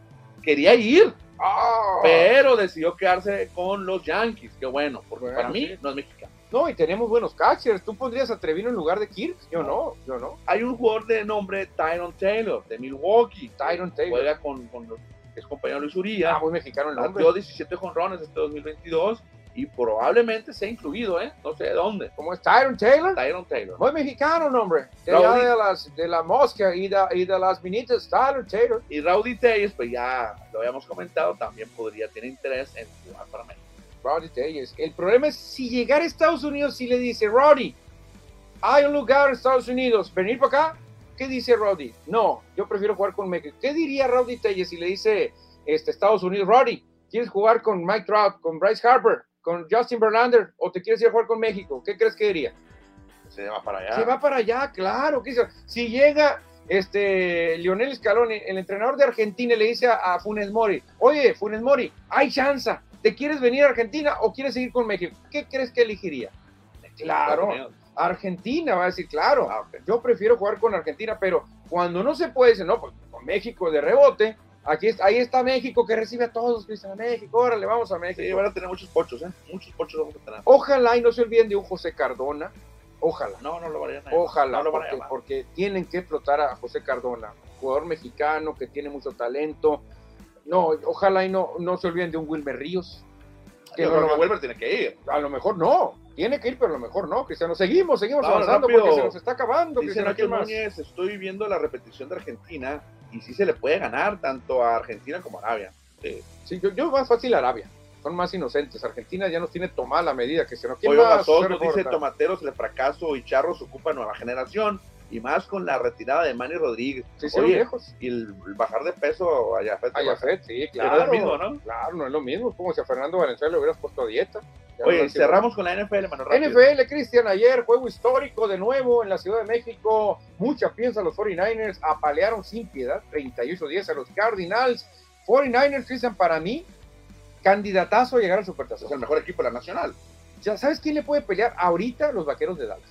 Speaker 2: quería ir,
Speaker 1: Ah,
Speaker 2: pero decidió quedarse con los Yankees. Qué bueno, porque
Speaker 1: Bueno,
Speaker 2: para mí
Speaker 1: sí.
Speaker 2: no es mexicano.
Speaker 1: No, y tenemos buenos catchers. ¿Tú podrías atrevirlo en lugar de Kirk? Yo no, yo no.
Speaker 2: Hay un jugador de nombre Tyron Taylor, de Milwaukee.
Speaker 1: Tyron Taylor.
Speaker 2: Juega con, con los- es compañero Luis
Speaker 1: Ah,
Speaker 2: Uría.
Speaker 1: muy mexicano el nombre.
Speaker 2: Batió 17 jonrones este 2022 y probablemente sea incluido, ¿eh? No sé de dónde.
Speaker 1: ¿Cómo es Tyron Taylor?
Speaker 2: Tyron Taylor.
Speaker 1: Muy mexicano el nombre. De,
Speaker 2: Raúl.
Speaker 1: allá de, las, de la mosca y de, y de las minitas, Tyron Taylor.
Speaker 2: Y Rowdy Telles, pues ya lo habíamos comentado, también podría tener interés en jugar para México.
Speaker 1: Roddy Telles. El problema es si llegar a Estados Unidos y le dice, Roddy, hay un lugar en Estados Unidos, venir para acá. ¿Qué dice Roddy? No, yo prefiero jugar con México. ¿Qué diría Roddy Telles si le dice este, Estados Unidos, Roddy, ¿quieres jugar con Mike Trout, con Bryce Harper, con Justin Verlander o te quieres ir a jugar con México? ¿Qué crees que diría?
Speaker 2: Se va para allá.
Speaker 1: Se va para allá, claro. que sí. Si llega este Lionel Scaloni, el entrenador de Argentina, y le dice a, a Funes Mori, oye, Funes Mori, hay chance, ¿te quieres venir a Argentina o quieres seguir con México? ¿Qué crees que elegiría? Claro.
Speaker 2: Estados Unidos.
Speaker 1: Argentina, va a decir, claro,
Speaker 2: Ah, ok.
Speaker 1: yo prefiero jugar con Argentina, pero cuando no se puede, dice, no, pues con México de rebote, aquí es- ahí está México que recibe a todos, Cristian, a México, órale, vamos a México.
Speaker 2: Sí, van a tener muchos pochos, ¿eh? Muchos pochos vamos a tener.
Speaker 1: Ojalá y no se olviden de un José Cardona, ojalá.
Speaker 2: No, no lo van a llamar.
Speaker 1: Ojalá,
Speaker 2: No lo van a
Speaker 1: porque,
Speaker 2: llamar.
Speaker 1: porque tienen que explotar a José Cardona, jugador mexicano que tiene mucho talento. No, ojalá y no, no se olviden de un Wilmer Ríos.
Speaker 2: Que no lo... Wilmer tiene que ir.
Speaker 1: A lo mejor no. Tiene que ir, pero a lo mejor no, Cristiano. Seguimos, seguimos
Speaker 2: Vamos,
Speaker 1: avanzando
Speaker 2: rápido.
Speaker 1: porque se nos está acabando,
Speaker 2: Dice
Speaker 1: Cristiano.
Speaker 2: Nacho
Speaker 1: ¿Quién más?
Speaker 2: Núñez, estoy viendo la repetición de Argentina y sí se le puede ganar tanto a Argentina como a Arabia.
Speaker 1: Sí, yo, yo más fácil Arabia. Son más inocentes. Argentina ya nos tiene tomada la medida, Cristiano. ¿Quién
Speaker 2: Pollo
Speaker 1: más?
Speaker 2: Gasol
Speaker 1: se
Speaker 2: nos dice
Speaker 1: reporta?
Speaker 2: tomateros el fracaso y charros ocupa nueva generación y más con la retirada de Manny Rodríguez.
Speaker 1: Se hicieron
Speaker 2: Oye,
Speaker 1: lejos.
Speaker 2: y el el bajar de peso a Jafet.
Speaker 1: Ay, Jafet, sí,
Speaker 2: Pero
Speaker 1: claro.
Speaker 2: es lo mismo, ¿no?
Speaker 1: Claro, no es lo mismo. Como si a Fernando Valenzuela le hubieras puesto a dieta. Ya no
Speaker 2: Oye,
Speaker 1: es igual.
Speaker 2: cerramos con la NFL, Manuel. rápido.
Speaker 1: NFL, Cristian, ayer juego histórico de nuevo en la Ciudad de México. Mucha piensa los 49ers apalearon sin piedad 38-10 a los Cardinals. 49ers, Cristian, para mí, candidatazo a llegar al
Speaker 2: Es el
Speaker 1: Supertazón.
Speaker 2: mejor equipo de la nacional.
Speaker 1: Ya sabes quién le puede pelear ahorita los Vaqueros de Dallas.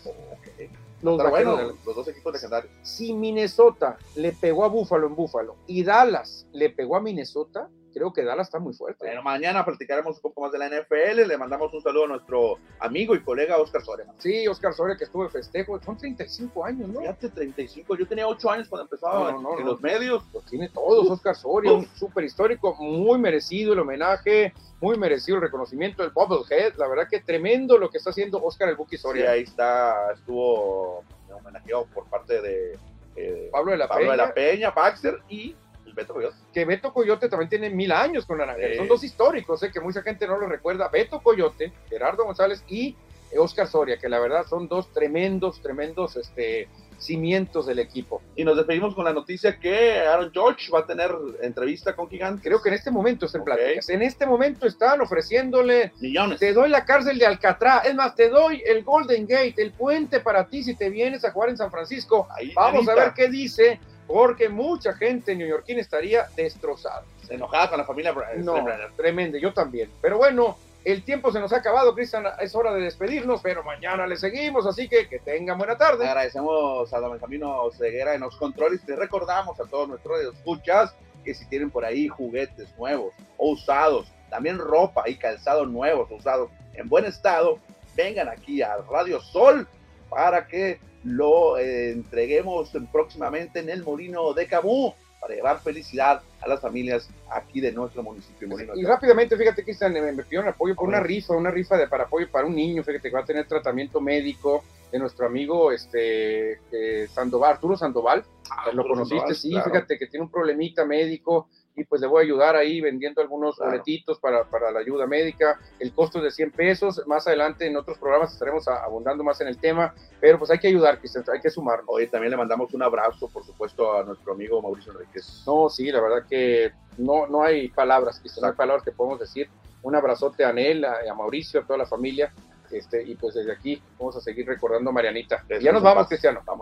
Speaker 1: Los Vaqueros
Speaker 2: Pero bueno,
Speaker 1: de Dallas.
Speaker 2: los dos equipos legendarios.
Speaker 1: Si Minnesota le pegó a Búfalo en Búfalo y Dallas le pegó a Minnesota, creo que Dallas está muy fuerte.
Speaker 2: Bueno, mañana platicaremos un poco más de la NFL. Le mandamos un saludo a nuestro amigo y colega Oscar Soreman.
Speaker 1: Sí, Oscar Soria que estuvo de festejo, son 35 años, ¿no?
Speaker 2: Fíjate, 35. Yo tenía 8 años cuando
Speaker 1: No,
Speaker 2: empezaba
Speaker 1: no, no,
Speaker 2: en
Speaker 1: no.
Speaker 2: los medios.
Speaker 1: Lo tiene todos, Oscar Soria, un súper histórico, muy merecido el homenaje, muy merecido el reconocimiento del Bobblehead, la verdad que tremendo lo que está haciendo Oscar el Buki
Speaker 2: Sí,
Speaker 1: Soria.
Speaker 2: ahí está, estuvo homenajeado por parte de eh,
Speaker 1: Pablo de la
Speaker 2: Pablo
Speaker 1: Peña,
Speaker 2: de la Peña, Baxter y el Beto Ríos.
Speaker 1: que Beto Coyote también tiene mil años con Naranjera,
Speaker 2: Sí.
Speaker 1: son dos históricos, eh, que mucha gente no lo recuerda, Beto Coyote, Gerardo González y eh, Oscar Soria, que la verdad son dos tremendos, tremendos este, cimientos del equipo.
Speaker 2: Y nos despedimos con la noticia que Aaron George va a tener entrevista con Gigante.
Speaker 1: Creo que en este momento están
Speaker 2: Ok.
Speaker 1: pláticas, en este momento están ofreciéndole
Speaker 2: Millones.
Speaker 1: Te doy la cárcel de Alcatraz. Es más, te doy el Golden Gate, el puente para ti si te vienes a jugar en San Francisco.
Speaker 2: Ahí,
Speaker 1: Vamos a
Speaker 2: Anita,
Speaker 1: ver qué dice, porque mucha gente neoyorquina estaría destrozada.
Speaker 2: Enojada con la familia eh, Bra-
Speaker 1: No,
Speaker 2: Brenner.
Speaker 1: tremendo, yo también. Pero bueno, el tiempo se nos ha acabado, Cristian. Es hora de despedirnos, pero mañana le seguimos, así que que tengan buena tarde.
Speaker 2: Agradecemos a Don Benjamino Ceguera en los controles. Te recordamos a todos nuestros escuchas que si tienen por ahí juguetes nuevos o usados, también ropa y calzado nuevos, usados en buen estado, vengan aquí a Radio Sol para que lo eh, entreguemos próximamente en el Molino de Camú para llevar felicidad a las familias aquí de nuestro municipio. Molino de
Speaker 1: Y
Speaker 2: Camú.
Speaker 1: rápidamente, fíjate, Cristian, me, me pidieron apoyo por
Speaker 2: A
Speaker 1: una
Speaker 2: ver.
Speaker 1: rifa, una rifa de para apoyo para un niño, fíjate, que va a tener tratamiento médico de nuestro amigo este eh, Sandoval, Arturo Sandoval, pues lo
Speaker 2: Ah, Arturo
Speaker 1: conociste,
Speaker 2: Sandoval,
Speaker 1: sí,
Speaker 2: claro.
Speaker 1: fíjate que tiene un problemita médico y pues le voy a ayudar ahí vendiendo algunos
Speaker 2: Claro.
Speaker 1: boletitos para, para la ayuda médica, el costo es de 100 pesos, más adelante en otros programas estaremos a- abundando más en el tema, pero pues hay que ayudar, Cristian, hay que sumarnos.
Speaker 2: Hoy también le mandamos un abrazo, por supuesto, a nuestro amigo Mauricio Enríquez.
Speaker 1: No, sí, la verdad que no, no hay palabras, Cristian, no hay palabras que podemos decir. Un abrazote a Anel, a, a Mauricio, a toda la familia. Este, y pues desde aquí vamos a seguir recordando a Marianita.
Speaker 2: Descansa
Speaker 1: ya nos
Speaker 2: en
Speaker 1: vamos,
Speaker 2: paz.
Speaker 1: Cristiano.
Speaker 2: Vamos.